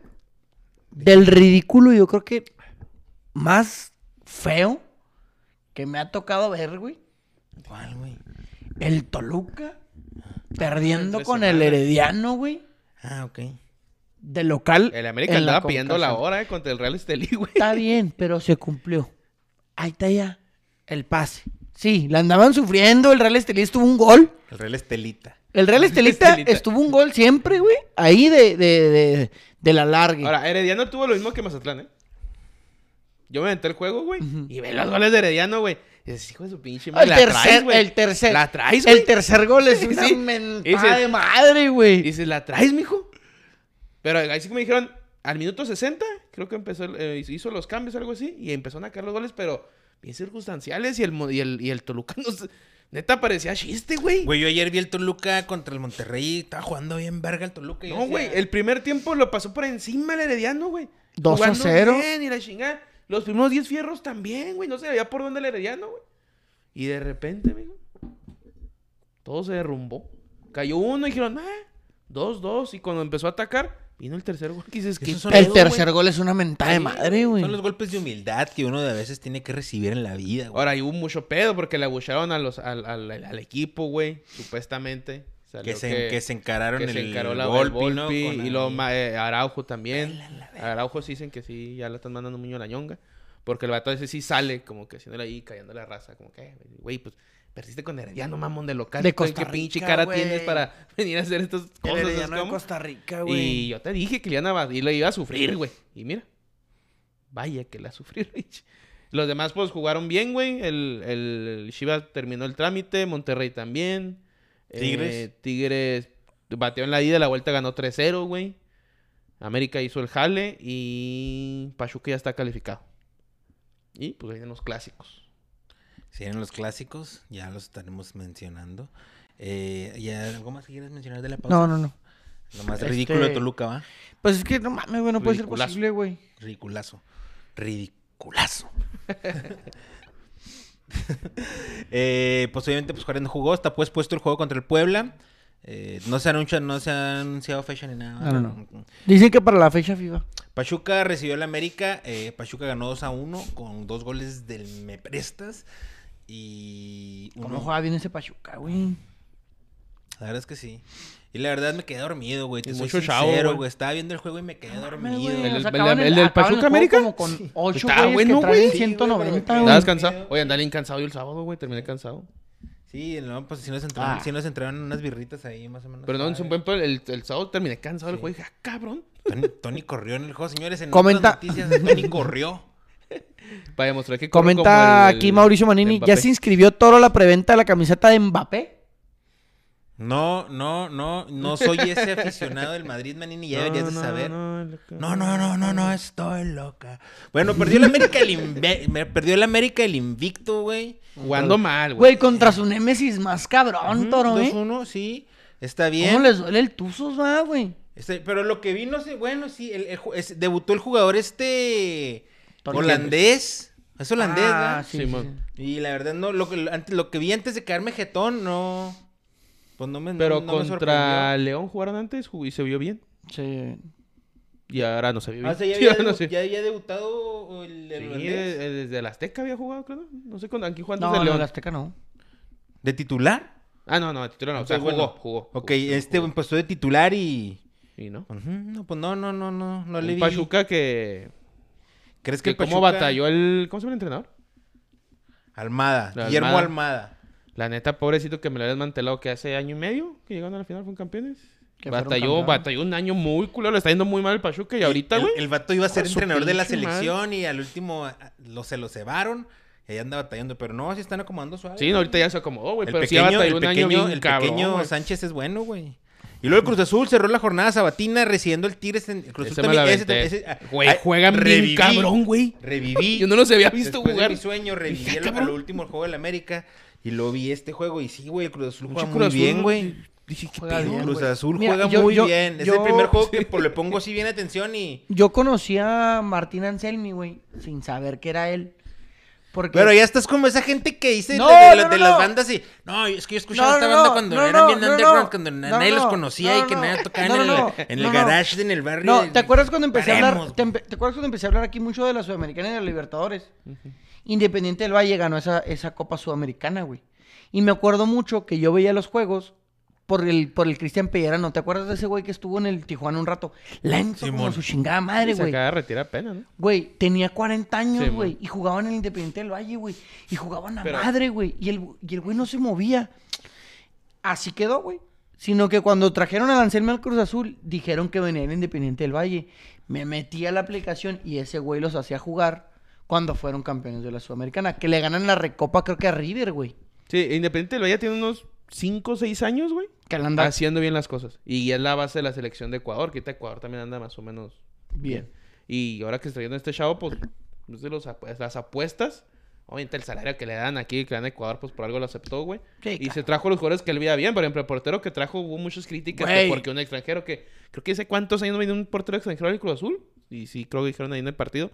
del ridículo, yo creo que más feo que me ha tocado ver, güey.
¿Cuál, güey?
El Toluca perdiendo
entre
con el
semana.
Herediano, güey.
Ah, ok.
De local.
El América
en la
andaba pidiendo la
CONCACAF.
hora eh, contra el Real Estelí, güey.
Está bien, pero se cumplió. Ahí está ya el pase. Sí, la andaban sufriendo. El Real Estelí estuvo un gol.
El Real Estelita.
El Real Estelita
Estelita.
estuvo un gol siempre, güey. Ahí de, de, de, de la larga.
Ahora, Herediano tuvo lo mismo que Mazatlán, ¿eh? Yo me aventé el juego, güey.
Ujú.
Y ve los goles de Herediano, güey. Dices, hijo de su pinche
el
madre. la traes,
tercer,
güey.
el tercer.
La traes, güey.
El tercer gol es una
sí.
mentada
Dices-
de madre,
Y
güey.
dices, ¿la traes, mijo? Pero ahí sí que me dijeron, al minuto 60, creo que empezó, el- eh, hizo los cambios, algo así, y empezaron a caer los goles, pero bien circunstanciales, y el, mo- y el, y el Toluca no se- Neta parecía chiste, güey.
Güey, yo ayer vi el Toluca contra el Monterrey, estaba jugando bien verga el Toluca. y yo
No, güey,
decía,
el primer tiempo lo pasó por encima el Herediano, güey.
Dos a
Jugando
cero.
bien y la chingada. Los primeros 10 fierros también, güey. No se veía por dónde el Herediano, güey. Y de repente, amigo, todo se derrumbó. Cayó uno y dijeron, ah, dos, dos. Y cuando empezó a atacar, Vino el tercer gol que dices que...
Esos son
El
pedo,
tercer gol es una mentada de
Sí,
madre, güey.
Son los golpes de humildad que uno de a veces tiene que recibir en la vida, güey.
Ahora, y hubo mucho pedo porque le abucharon a los, al, al, al- al equipo, güey, supuestamente. Salió
que, se, que se encararon
que
el,
se encaró la
golpe,
Volpi,
¿no? Con
y
la-
luego ma- eh, Araujo también. Araujo sí dicen que sí, ya la están mandando mucho a la ñonga. Porque el vato ese sí sale, como que haciéndole ahí, cayendo la raza. Como que, "Eh, güey, pues persiste con Herediano, mamón, de local.
De
¿tú en
Costa
¿Qué pinche
Rica,
cara
güey.
tienes para venir a hacer estas
El
cosas?
Herediano
¿sabes
de
cómo?
Costa Rica,
Y yo te dije que le iban a, y le iba a sufrir, güey. Y mira, vaya que la sufrí, Rich. Los demás, pues, jugaron bien, güey. El, el Chivas terminó el trámite, Monterrey también. Eh,
Tigres.
Tigres bateó en la ida, la vuelta ganó 3-0, güey. América hizo el jale y Pachuca ya está calificado. Y pues vienen los clásicos.
Si eran los clásicos, ya los estaremos mencionando. Eh, ¿y algo más que quieras mencionar de la pausa?
No, no, no.
Lo más
Este-
ridículo de Toluca, ¿va?
Pues es que no mames, güey, no puede ser
Ridiculazo.
posible, güey.
Ridiculazo. Ridiculazo. Eh, pues obviamente, pues Juárez no jugó, está pues puesto el juego contra el Puebla. Eh, no se anuncia, no se ha anunciado fecha ni nada.
No, no, Dicen que para la fecha FIFA.
Pachuca recibió el América. eh, Pachuca ganó 2 a 1 con dos goles del Me Prestas. Y
¿Cómo
uno-
juega bien ese Pachuca, güey?
La verdad es que sí. Y la verdad me quedé dormido, güey. Te
Y
soy
mucho chavo,
sincero,
güey.
güey. Estaba viendo el juego y me quedé
Mames,
dormido.
güey,
El
o
del-
sea,
el del-
acaban
el del
acaban
Pachuca
juego
América?
Como con
Sí.
ocho
Está
güey,
bueno,
que traen
güey.
Sí,
190,
güey,
güey.
¿Estabas
qué
cansado?
pedo.
Oye, andaba bien cansado yo el sábado, güey. Terminé cansado.
Sí, no, pues si nos entraron,
Ah.
sí nos entraron unas birritas ahí, más o menos.
Pero no, en
suave.
su buen pedo, el, el sábado terminé cansado el
Sí.
juego. Dije, ah, cabrón.
Tony, Tony corrió en el juego, señores. En
Comenta-
otras noticias de Tony corrió.
Para demostrar que corre como
Comenta
el-
aquí
el-
Mauricio Manini,
Mbappé.
¿ya se inscribió Toro a la preventa de la camiseta de Mbappé?
No, no, no, no soy ese aficionado del Madrid, Manini, ya deberías de saber. No, no, no, no, no, estoy loca. Bueno, perdió el América el, inve- me- perdió el, América el invicto, güey.
Jugando mal, güey.
Güey, contra su némesis más cabrón, Toro, ¿eh?
2-1, sí. Está bien.
¿Cómo les duele el tuzos, va, güey?
Este, pero lo que vi, no sé, bueno, sí, el, el ju- es- debutó el jugador este
Tony
holandés. Es holandés,
Ah,
¿verdad?
sí, sí,
Simón.
sí.
Y la verdad, no, lo que, lo- antes, lo que vi antes de quedarme jetón, no. Pues no me. no-
Pero
no me
contra León jugaron antes ju- y se vio bien.
Sí.
Y ahora no se vio
sorprendió.
bien.
Ah, o sea,
Sí,
ya había,
ahora no
debu-
se-
ya había debutado el, el
Sí,
holandés.
eh, desde el Azteca había jugado, creo. ¿no? No sé con aquí jugando
No,
desde
no,
León.
el Azteca no.
¿De titular?
Ah, no, no, de titular no. O sea,
Entonces,
jugó,
bueno,
jugó.
Ok,
jugó, jugó,
este
jugó.
empezó de titular y.
Y no.
Ujú, No, pues no, no, no, no, no le
Un
vi.
Pachuca que.
¿Crees
que
que, el
¿Cómo
Pachuca-
batalló el. ¿Cómo se llama el entrenador?
Almada,
La
Guillermo
Almada.
Almada.
La neta, pobrecito que me lo había desmantelado que hace año y medio que llegaron a la final, fueron campeones.
Que fueron
batalló,
campeones.
batalló un año muy culero. Le está yendo muy mal el Pachuca y ahorita,
el,
güey.
el vato iba a ser
Con su
entrenador de la
pinche madre.
selección y al último a- lo, se lo cebaron. Y ahí anda batallando. Pero no, sí están acomodando suave.
Sí, no, ahorita ya se acomodó, güey.
el
Pues, Pero
pequeño,
sí batalló
el
un año
pequeño,
bien
el
cabrón,
pequeño
güey.
Sánchez es bueno, güey. Y luego el Cruz Azul cerró la jornada sabatina recibiendo el Tigres en el Cruz
Ese
Azul
me la
también- ese
aventé.
también- ese- ah,
Güey,
ah,
juegan bien
reviví,
cabrón, güey.
Reviví.
Yo no los había visto
Después de
jugar.
mi sueño, reviví
Fíjate,
el,
cabrón.
al último el juego del América y lo vi este juego y sí, güey, el Cruz Azul
Pinche
juega muy
Cruz Azul,
bien, güey.
Dije, ¿qué
Juega
pedo,
bien,
güey?
Cruz Azul
Mira,
juega
yo-
muy
yo-
bien. Es
yo-
el primer juego que por- le pongo así bien atención y
Yo conocí a Martín Anselmi, güey, sin saber que era él. Porque...
Pero ya estás como esa gente que dice
No,
de, de la-
no, no,
de las
no.
bandas y... No, es que yo escuchaba
No,
esta
no,
banda
no,
cuando
no,
eran
no,
bien
no,
underground,
no.
cuando
No,
nadie los
no,
conocía
no,
y que
no.
nadie tocaba
No,
en el,
no,
en el
no, no.
garage, en el barrio.
No, ¿te acuerdas cuando empecé a hablar?
Paremos,
¿Te, empe- te acuerdas cuando empecé a hablar aquí mucho de la Sudamericana y de la Libertadores? Independiente del Valle ganó esa, esa Copa Sudamericana, güey. Y me acuerdo mucho que yo veía los juegos por el, por el Cristian Pellerano. ¿Te acuerdas de ese güey que estuvo en el Tijuana un rato? Lento como
Simón.
su chingada madre,
Se
güey.
acaba de retirar apenas, ¿no?
Güey, tenía 40 años,
Simón.
güey. Y jugaban en el Independiente del Valle, güey. Y jugaban a
Pero-
madre, güey. Y el, y el güey no se movía. Así quedó, güey. Sino que cuando trajeron a Anselmo al Cruz Azul, dijeron que venía el Independiente del Valle. Me metí a la aplicación y ese güey los hacía jugar cuando fueron campeones de la Sudamericana. Que le ganan la recopa, creo que a River, güey.
Sí, e Independiente del Valle tiene unos 5 o 6 años, güey.
Que le anda
Haciendo bien las cosas. Y es la base de la selección de Ecuador, que ahorita Ecuador también anda más o menos
bien.
Y ahora que está trayendo este chavo, pues, es de los apu- las apuestas. Obviamente el salario que le dan aquí, que le dan a Ecuador, pues por algo lo aceptó, güey.
Sí,
y
claro.
se trajo los jugadores que él veía bien. Por ejemplo, el portero que trajo hubo muchas críticas que
Güey.
porque un extranjero que... Creo que hace cuántos años no venía un portero extranjero al Cruz Azul. Y sí, creo que dijeron ahí en el partido.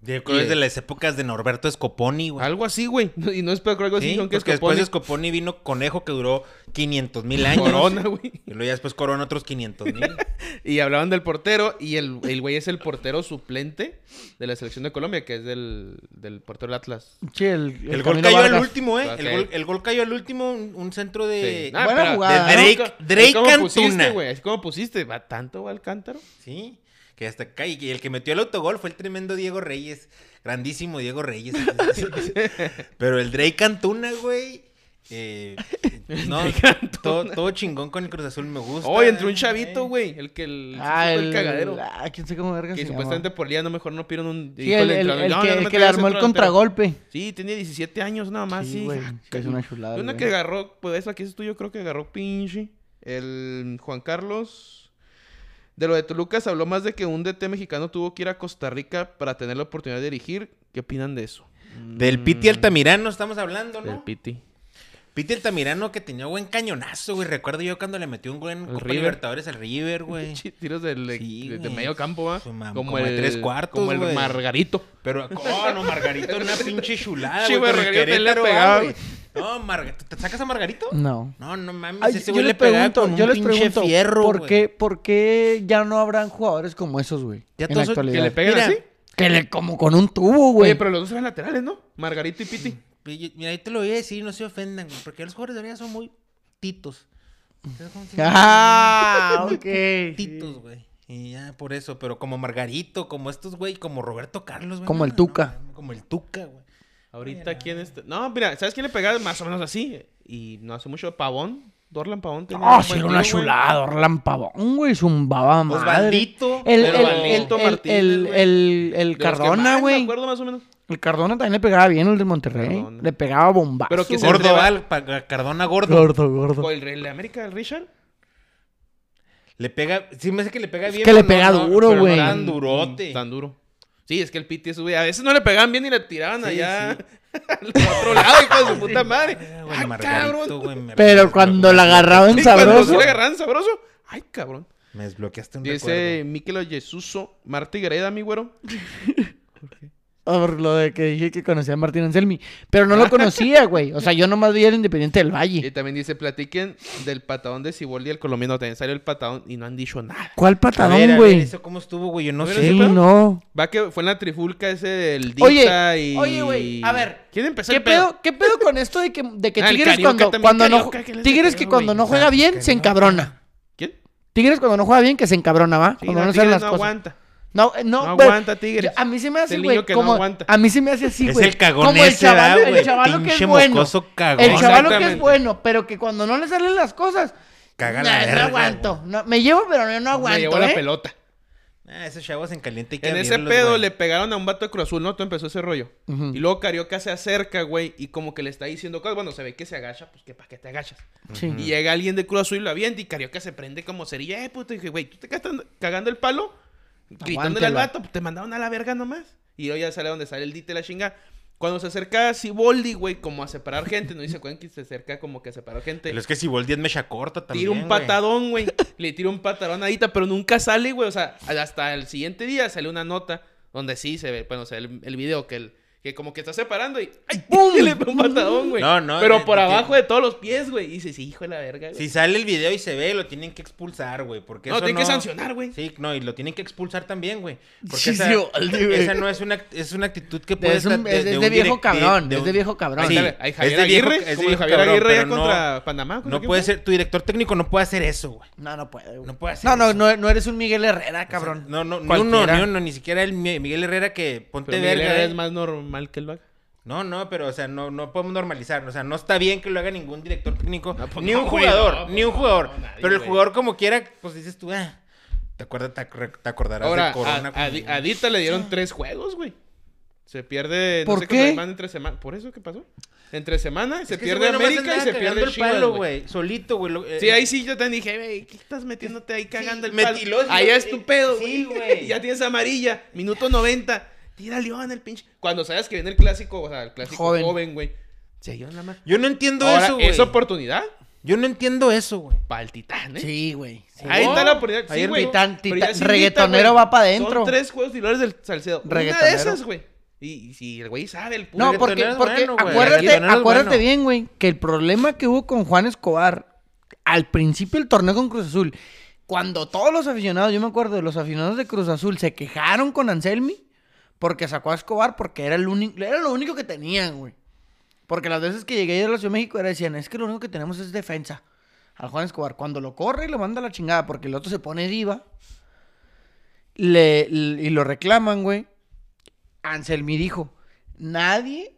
Yo creo que es de las épocas de Norberto Scoponi, güey.
Algo así, güey. Y no es pero algo así,
Pues- Sí,
son que Escopone-
porque después de Scoponi vino Conejo que duró 500 mil años.
Corona, güey.
Y luego ya después Corona otros 500 mil.
Y hablaban del portero y el el güey es el portero suplente de la selección de Colombia, que es del, del portero del Atlas.
Sí, el, el
El gol
Camilo
cayó al
Vargas.
último, ¿eh?
Ok.
El gol, el gol cayó al último, un, un centro de...
Sí. Ah,
Buena
pero-
jugada.
de Drake-
Así como-
Drake
así como
Cantuna.
pusiste, güey. Así como pusiste, va tanto va el cántaro.
Sí, que hasta cae. Y el que metió el autogol fue el tremendo Diego Reyes. Grandísimo Diego Reyes. Pero el Drake Cantuna, güey. eh, no, todo, todo chingón con el Cruz Azul me
Pues
gusta.
Hoy entró un
eh.
chavito, güey, el que el,
Ah,
el,
el,
cagadero.
Ah, quién sabe cómo verga
Que
se llama.
supuestamente por día no mejor no pidieron un.
Sí,
dijo
el, el-
entrenador,
el
"No,
que,
no me
el que le
traigas
armó el
otro delantero".
contragolpe.
Sí, tenía 17 años nada más.
Sí,
Sí,
güey.
Ah,
que Es una chulada.
Una
güey.
que agarró, pues esa que es tuyo, creo que agarró pinche. El Juan Carlos. De lo de Tolucas habló más de que un DT mexicano tuvo que ir a Costa Rica para tener la oportunidad de dirigir. ¿Qué opinan de eso?
Del Piti Altamirano estamos hablando,
Mm. Del
¿no?
Piti.
Piti Altamirano que tenía buen cañonazo, güey. Recuerdo yo cuando le metió un buen
Al
Copa
River.
Libertadores al River, güey.
Chi- Tiros del, de-
Sí,
de, de
güey.
medio campo, ¿va?
Su mam-
Como,
como de
el
tres cuartos,
Como el
güey.
Margarito.
Pero, oh, no, Margarito era una pinche chulada,
Sí,
güey.
güey,
con el
Margarito le
Querétaro,
pegaba,
ah,
güey.
No, Margarito. ¿Te sacas a Margarito?
No.
No, no mames.
Pues
Ay,
ese güey le pegaba con un pinche fierro,
¿por
güey.
qué, ¿por qué ya no habrán jugadores como esos, güey?
Ya
En la
todos son-
actualidad.
Que le pegan
Mira,
así.
Que le- como con un tubo, güey.
Oye, pero los dos eran laterales, ¿no? Margarito y Piti.
Oye, Mira, ahí te lo voy a decir, no se ofendan, güey, porque los jugadores de ahorita son muy titos. Entonces, como si-
Ah, ok. sí.
titos, güey. Y ya por eso, pero como Margarito, como estos, güey, como Roberto Carlos, güey.
Como
no,
el
no,
Tuca.
no, como el Tuca, güey.
Ahorita, ¿quién está? No, mira, ¿sabes quién le pegaba más o menos así? Y no hace mucho, Pavón. Dorlan Pavón. tenía
Ah,
un
sí,
buen
era una
tiro, güey.
chulada, Orlan Pavón, güey, zumbaba madre.
Osvaldito,
El, el,
pero
el,
Osvaldito
el-
Martínez,
el-
güey.
el- el
De los que más
Cardona,
me
güey.
acuerdo más o menos.
El Cardona también le pegaba bien, el de Monterrey.
Cardona.
Le pegaba bombazo.
Pero que se-
güey.
Gordo,
entreva-
¿va? Pa- Cardona gordo.
Gordo, gordo.
Con el, el de América, el Richard.
Le pega, sí me hace que le pega bien.
que le
pero
pega duro,
pero
güey.
tan durote.
Tan duro. Sí, es que el Piti es güey. A veces no le pegaban bien y le tiraban
Sí,
allá
sí.
al otro lado, hijo de su puta madre.
Ah, güey,
Ay,
Margarito,
cabrón.
güey, me-
Pero
me
cuando la
desbloqueaste-
agarraban
Sí, cuando se
sabroso.
le agarraban sabroso. Ay, cabrón.
Me desbloqueaste un
Dice Miquelo Jesuso, Marta Greda, mi güero.
Por lo de que dije que conocía a Martín Anselmi. Pero no lo conocía, güey. O sea, yo nomás vi el Independiente del
Y
Valle.
también dice, platiquen del patadón de Ciboldi, el colombiano. También salió el patadón y no han dicho nada.
¿Cuál
recuerdo. A ver,
patadón,
a ver,
güey?
¿Eso cómo estuvo, güey? Yo no
A ver,
sé.
Sí,
¿ese pedo?
no.
Va que fue en la trifulca ese del
Oye,
Dixa y...
oye, güey, a ver,
¿Quién empezó
¿Qué
el pedo?
pedo, ¿Qué pedo con esto de que, de que
Ah, el
Tigres
Carioca
cuando,
también,
cuando no
Carioca, que les
Tigres que
metió,
cuando
güey.
no juega
Ah,
bien
que
se
no.
encabrona?
¿Quién?
Ah, Tigres cuando no juega bien que se encabrona, ¿va?
Sí,
Cuando
no,
no, se hacen
Tigres
las
no
cosas.
aguanta.
No, eh, no,
No
güey,
aguanta, Tigres.
yo- a mí se me hace,
Es el
güey,
niño que no
como
aguanta.
a mí se me hace así,
Es
güey.
el cagón
como el
ese,
chaval,
¿verdad,
el
güey?
chaval que es
Pinche
bueno.
mocoso cagón.
El chaval que es
Exactamente.
bueno, pero que cuando no le salen las cosas
Caga
nah,
la verga,
no aguanto. No, me llevo, pero yo no aguanto,
Me llevó
¿eh?
la pelota.
Ah, esos chavos en caliente hay que
En ese
abrirlos,
pedo
güey.
le pegaron a un vato de Cruz Azul, ¿no? Todo empezó ese rollo.
Ujú.
Y luego Carioca se acerca, güey, y como que le está diciendo cosas. Bueno, se ve que se agacha, pues que para qué te agachas.
Sí.
Y llega alguien de Cruz Azul y lo avienta y Carioca se prende como cerilla. Eh, puto, y dije, güey, tú te cagando, cagando el palo, gritándole al
Aguántala.
vato, pues, te mandaron a la verga nomás. Y luego ya sale donde sale el dite la chinga. Cuando se acerca Siboldi, güey, como a separar gente, no y se acuerdan que se acerca como que a separar gente.
Pero es que si volví en mecha corta también.
Tira un
güey.
patadón, güey. Le tira un patadón a Dita, pero nunca sale, güey. O sea, hasta el siguiente día sale una nota donde sí se ve, bueno, o sea, el, el video que el, que como que está separando y ¡ay! ¡Pum! Y le pega un patadón, güey.
No, eh, no,
Pero
no,
por
no
abajo de
tiene-
todos los pies, güey. Y dice, sí, hijo de la verga, güey.
Si sale el video y se ve, lo tienen que expulsar, güey. Porque
no,
eso
tiene que sancionar, güey.
Sí, no, y lo tienen que expulsar también, güey. Porque
Sí,
esa,
sí, vale, güey.
esa no es una, act- es una actitud que puede
Es un-
estar
es- es de viejo
directivo-
cabrón, es de viejo cabrón.
Sí,
Ándale, ahí Javier
es de viejo-
Aguirre,
es de
como el
viejo
Javier
cabrón,
Aguirre ya
pero no-
contra Panamá.
No puede ser, tu director técnico no puede hacer eso, güey.
No, no puede. güey.
No puede hacer
No, no,
eso.
no, no eres un Miguel Herrera, cabrón.
No, no, ni uno,
Cualquiera.
ni uno, ni siquiera el Mi- Miguel Herrera que ponte
Pero
verga. eh.
es más normal que lo haga.
No, no, pero o sea, no, no podemos normalizar. O sea, no está bien que lo haga ningún director técnico.
No, pues
ni
no,
un
güey,
jugador,
no, pues
ni un
no,
jugador.
no, nadie,
pero el
güey.
jugador como quiera, pues dices tú, ah, te acuerdas, te, ac- te acordarás
Ahora,
de Corona.
a, a Di- a Dita le dieron tres juegos, güey. Se pierde.
¿Por
sé, contra
qué?
el Man entre semana. ¿Por eso qué pasó? Entre semana, se
Es que ese
pierde
güey no me hace
América y
nada
se pierde
cagando el
Chivas,
palo,
güey.
güey. Solito, güey. lo- eh,
Sí, ahí sí yo te dije, güey, ¿qué estás metiéndote ahí cagando el
metí
palo?
los-
Allá es
eh,
tu pedo,
sí,
güey.
güey.
ya tienes amarilla, minuto 90. Tira León el pinche. Cuando sabes que viene el clásico, o sea, el clásico
Joven.
joven, güey. Se dio nada más.
Yo no entiendo
Ahora,
eso, güey.
¿es oportunidad?
Yo Yo no entiendo eso, güey.
Para el titán, ¿eh?
Sí, güey. sí.
Ahí
Oh.
está la oportunidad.
Ahí
Sí,
el
güey.
titán-
Pero
titán-
ya sí invita,
reggaetonero
güey.
va pa' dentro.
Son tres juegos titulares del Salcedo. Una de
Reggaetonero.
esas, güey. Y, y si el güey sabe, el puro
No,
reggaetonero
porque,
es
porque
bueno, güey.
acuérdate,
Reggaetonero es
acuérdate
bueno.
bien, güey, que el problema que hubo con Juan Escobar al principio del torneo con Cruz Azul, cuando todos los aficionados, yo me acuerdo de los aficionados de Cruz Azul, se quejaron con Anselmi porque sacó a Escobar porque era, el único, era lo único que tenían, güey. Porque las veces que llegué yo a la Ciudad de México era decían, es que lo único que tenemos es defensa al Juan Escobar. Cuando lo corre y lo manda a la chingada porque el otro se pone diva le- l- y lo reclaman, güey. Anselmi dijo, nadie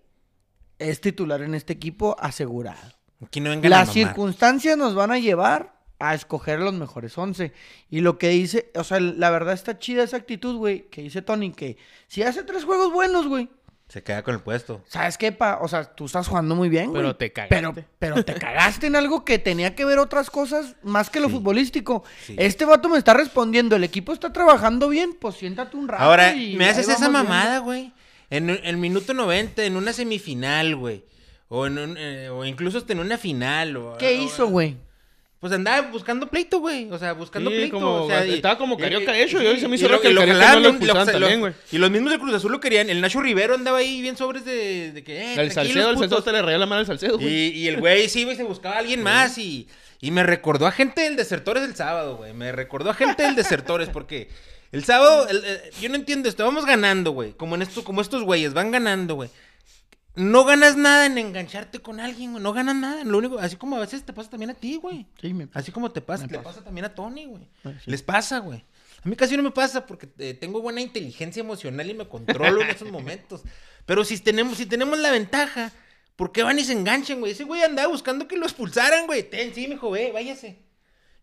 es titular en este equipo asegurado.
Aquí no vengan a
Las
mamar.
circunstancias nos van a llevar a escoger los mejores 11. Y lo que dice, o sea, la verdad está chida esa actitud, güey, que dice Tony, que si hace tres juegos buenos, güey.
Se queda con el puesto.
¿Sabes qué, pa? O sea, tú estás jugando muy bien, güey.
Pero te cagaste.
Pero, pero te cagaste en algo que tenía que ver otras cosas más que lo futbolístico.
sí.
Este vato me está respondiendo, el equipo está trabajando bien, pues siéntate un rato.
Ahora,
y
me
ahí
haces esa
vamos viendo.
mamada, güey. En el minuto 90, en una semifinal, güey. O, en un, eh, o incluso hasta en una final. o-
¿Qué
o-
hizo, güey?
Pues andaba buscando pleito, güey. O sea, buscando
Sí,
pleito.
como-
o sea, y-
estaba como Carioca
y-
hecho, y hoy se me
y
hizo
lo-
raro que
y
el
lo
Carioca
jalaban,
no lo
y lo-
expulsaron
o sea, lo-
también, güey.
Y los mismos de Cruz Azul lo querían. El Nacho Rivero andaba ahí bien sobres de, de que, eh,
El
tranquilos,
Salcedo, el
putos.
Salcedo te le regaló la mano al Salcedo,
Y,
güey.
y el güey sí, güey, se buscaba a alguien más y, y me recordó a gente del Desertores el sábado, güey. Me recordó a gente del Desertores porque el sábado, el- el- yo no entiendo esto, vamos ganando, güey. Como, en esto, como estos güeyes, van ganando, güey. No ganas nada en engancharte con alguien, güey. No ganas nada. Lo único, así como a veces te pasa también a ti, güey.
Sí, me...
Así como te pasa,
Me
te
pasa.
pasa también a Tony, güey.
Ah, sí.
Les pasa, güey. A mí casi no me pasa porque eh, tengo buena inteligencia emocional y me controlo en esos momentos. Pero si tenemos, si tenemos la ventaja, ¿por qué van y se enganchan, güey? Ese güey andaba buscando que lo expulsaran, güey. Ten, sí, mijo, ve, váyase.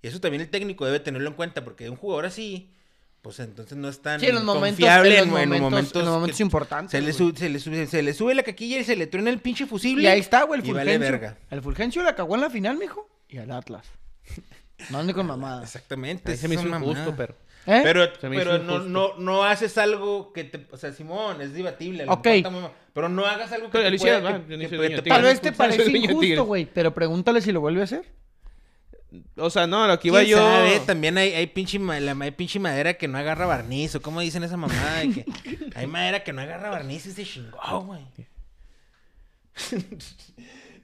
Y eso también el técnico debe tenerlo en cuenta porque un jugador así, pues entonces no es tan
Sí, en los momentos,
confiable
en los
en- en
momentos, en los
que
momentos importantes.
Se le,
güey.
sube, se, le sube, se le sube la caquilla y se le truena el pinche fusible.
Y ahí está, güey, el
Y
Fulgencio.
vale verga.
El Fulgencio la cagó en la final, mijo. Y al Atlas. No ande con mamadas.
Exactamente.
Ahí se me
esa
hizo
mamada.
injusto, pero...
¿Eh?
Pero,
Se me
pero
hizo
no,
injusto.
no, no haces algo que te... O sea, Simón, es debatible. a lo
Ok.
mejor está muy mal, pero no hagas algo que
Pero
te
lo hicieras,
pueda-
¿no? Yo
que-
no
que
hice
pueda-
niño
te
tigre.
Tal
pueda-
vez te
expulsar al
parece
niño Tigres.
injusto, güey, pero pregúntale si lo vuelve a hacer.
O sea, no, lo que iba
¿Quién
yo...
sabe? También hay, hay, pinche, ma- la- hay pinche madera que no agarra barniz. ¿O cómo dicen esa mamada? de que hay madera que no agarra barniz y se chingó, güey.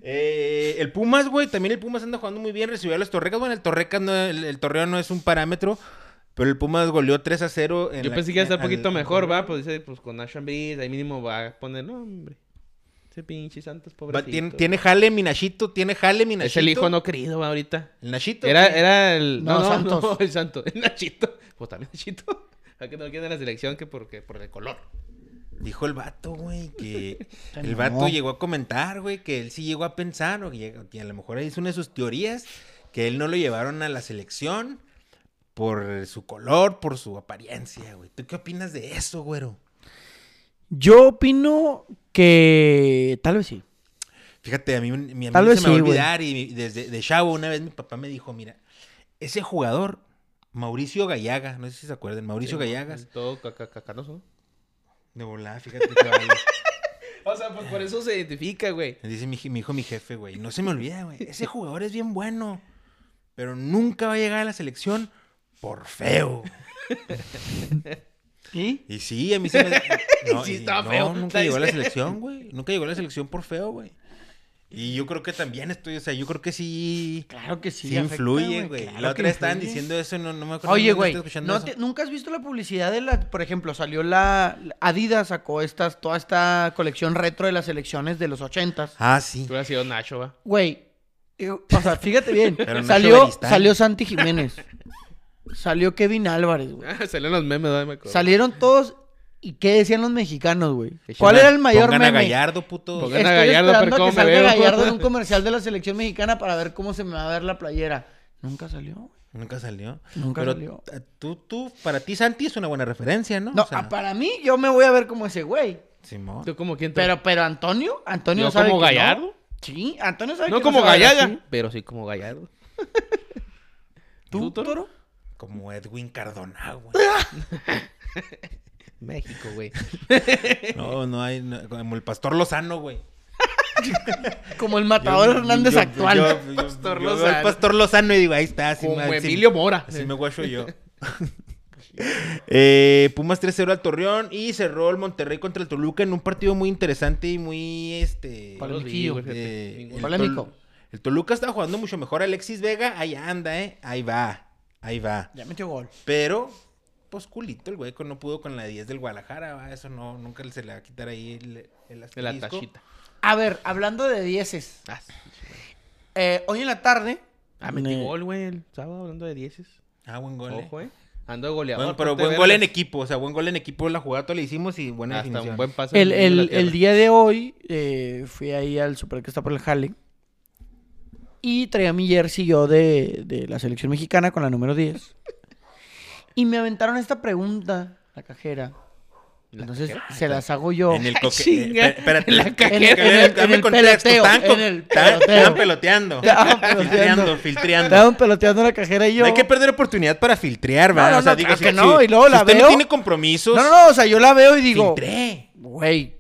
Eh, el Pumas, güey, también el Pumas anda jugando muy bien, recibió a los Torrecas. Bueno, el Torrecas no, el, el Torreón no es un parámetro, pero el Pumas goleó 3 a 0. en
Yo
la-
pensé que iba a estar un
al-
poquito
al
mejor,
Torreón.
va, pues dice, pues con Nash and Beat, ahí mínimo va a poner, no, hombre. Ese pinche Santos,
Va,
pobrecito.
tiene, tiene jale mi Nachito, tiene jale mi Nachito.
Es el hijo no querido, va, ahorita.
El Nachito.
Era,
güey.
era el...
No,
No, no,
Santos.
no, el Santo. El Nachito. Pues también Nachito. ¿A que no lo quieren en la selección que porque por el color?
Dijo el vato, güey, que
Te
el
mamó.
vato llegó a comentar, güey, que él sí llegó a pensar, o que llegó- que a lo mejor es una de sus teorías, que él no lo llevaron a la selección por su color, por su apariencia, güey. ¿Tú qué opinas de eso, güero?
Yo opino que tal vez sí.
Fíjate, a mí, un- mi- a mí
Tal
se
vez
me va a
sí, güey.
olvidar y mi- desde de chavo una vez mi papá me dijo, mira, ese jugador, Mauricio Gallaga, no sé si se acuerdan, Mauricio Gallagas,
El Todo caca- cacanoso, ¿no?
de volada, fíjate que vale.
O sea, pues por eso se identifica, güey.
Me dice mi, je- mi hijo, mi jefe, güey. No se me olvida, güey. Ese jugador es bien bueno. Pero nunca va a llegar a la selección por feo.
¿Sí?
Y sí, a mí se me. No,
Sí,
y
estaba
no,
feo.
Nunca llegó a la selección, güey. Nunca llegó a la selección por feo, güey. Y yo creo que también estoy, o sea, yo creo que sí.
Claro que sí.
Sí,
afecta,
influye, güey.
claro
la
que
otra vez estaban
influye.
diciendo eso, no, no me acuerdo.
Oye,
dónde
güey,
estaba escuchando
¿no
eso.
te- ¿nunca has visto la publicidad de la, por ejemplo, salió la Adidas sacó estas, toda esta colección retro de las selecciones de los ochentas?
Ah, sí.
Tú hubieras sido Nacho, va.
Güey, eh, o sea, fíjate bien,
Pero no
salió,
Severistán.
salió Santi Jiménez, salió Kevin Álvarez, güey.
Ah, Salieron los memes, ¿verdad? Me acuerdo.
Salieron todos y qué decían los mexicanos, güey.
Que
¿Cuál
chinga-
era el mayor
Pongan a
meme?
Gallardo, puto.
Pongan-
Estoy
a Gallardo para
esperando a
cómo
que
me
salga
veo.
Gallardo en un comercial de la selección mexicana para ver cómo se me va a ver la playera. Nunca salió. güey.
Nunca salió.
Nunca
Pero
salió.
t- Tú, tú, para ti, Santi es una buena referencia, ¿no?
No,
O sea,
ah, para mí yo me voy a ver como ese güey.
Simón.
¿Tú como quién? tú?
Pero, pero Antonio, Antonio
¿Yo
sabe
como
que
Gallardo?
no. Sí, Antonio sabe
No
que
como
se va a ver
Gallaga,
así.
pero sí como Gallardo.
¿Tú,
¿Tú, Toro?
Toro?
Como Edwin Cardona, güey.
México, güey.
No, no hay. no- como el pastor Lozano, güey.
Como el matador
Yo-
Hernández
yo-
actual.
yo- yo- yo-
Pastor
yo veo al
Lozano.
Pastor Lozano y digo, ahí está. así
Como
me- así-
Emilio Mora.
Así me guacho yo. Eh, Pumas 3-0 al Torreón y cerró el Monterrey contra el Toluca en un partido muy interesante y muy este
No los vi,
Palmiquillo.
güey, fíjate.
eh,
Ninguno.
el
Polémico.
Tol- El Toluca está jugando mucho mejor. Alexis Vega, ahí anda, eh. Ahí va. Ahí va.
Ya metió gol.
Pero, pues culito el güey que no pudo con la 10 del Guadalajara. ¿va? Eso no, nunca se le va a quitar ahí el, el
De la
asterisco.
tachita.
A ver, hablando de dieces.
Ah, sí.
eh, hoy en la tarde.
Ah, metí
me-
gol, güey, el sábado hablando de dieces.
Ah, buen gol. eh.
Ojo, eh. Ando de goleador.
Bueno, pero
ponte
buen gol en
vergas.
equipo. O sea, buen gol en equipo. La jugada toda le hicimos y buena
Hasta
definición.
un buen pase.
El,
de la
el-
tierra.
el día de hoy eh, fui ahí al super que está por el Jale. Y traía mi jersey yo de, de la selección mexicana con la número 10. Y me aventaron esta pregunta, la cajera.
La
Entonces
cajera.
se las hago yo.
En el coque...
Chinga,
eh, espérate,
en la
en-
cajera.
En el- en el- en
Dame
el
contexto.
peloteo,
Estaban co-
en el
estaban- estaban
peloteo.
peloteando.
Estaban
Filtreando,
peloteando.
filtreando.
Estaban peloteando la cajera y yo.
No hay que perder oportunidad para filtrear, ¿va?
No, no,
o sea,
no,
digo,
claro
si-
que
si-
no, y luego
si
la
usted no
veo.
tiene compromisos,
No, no, no, o sea, yo la veo y digo,
filtré.
güey,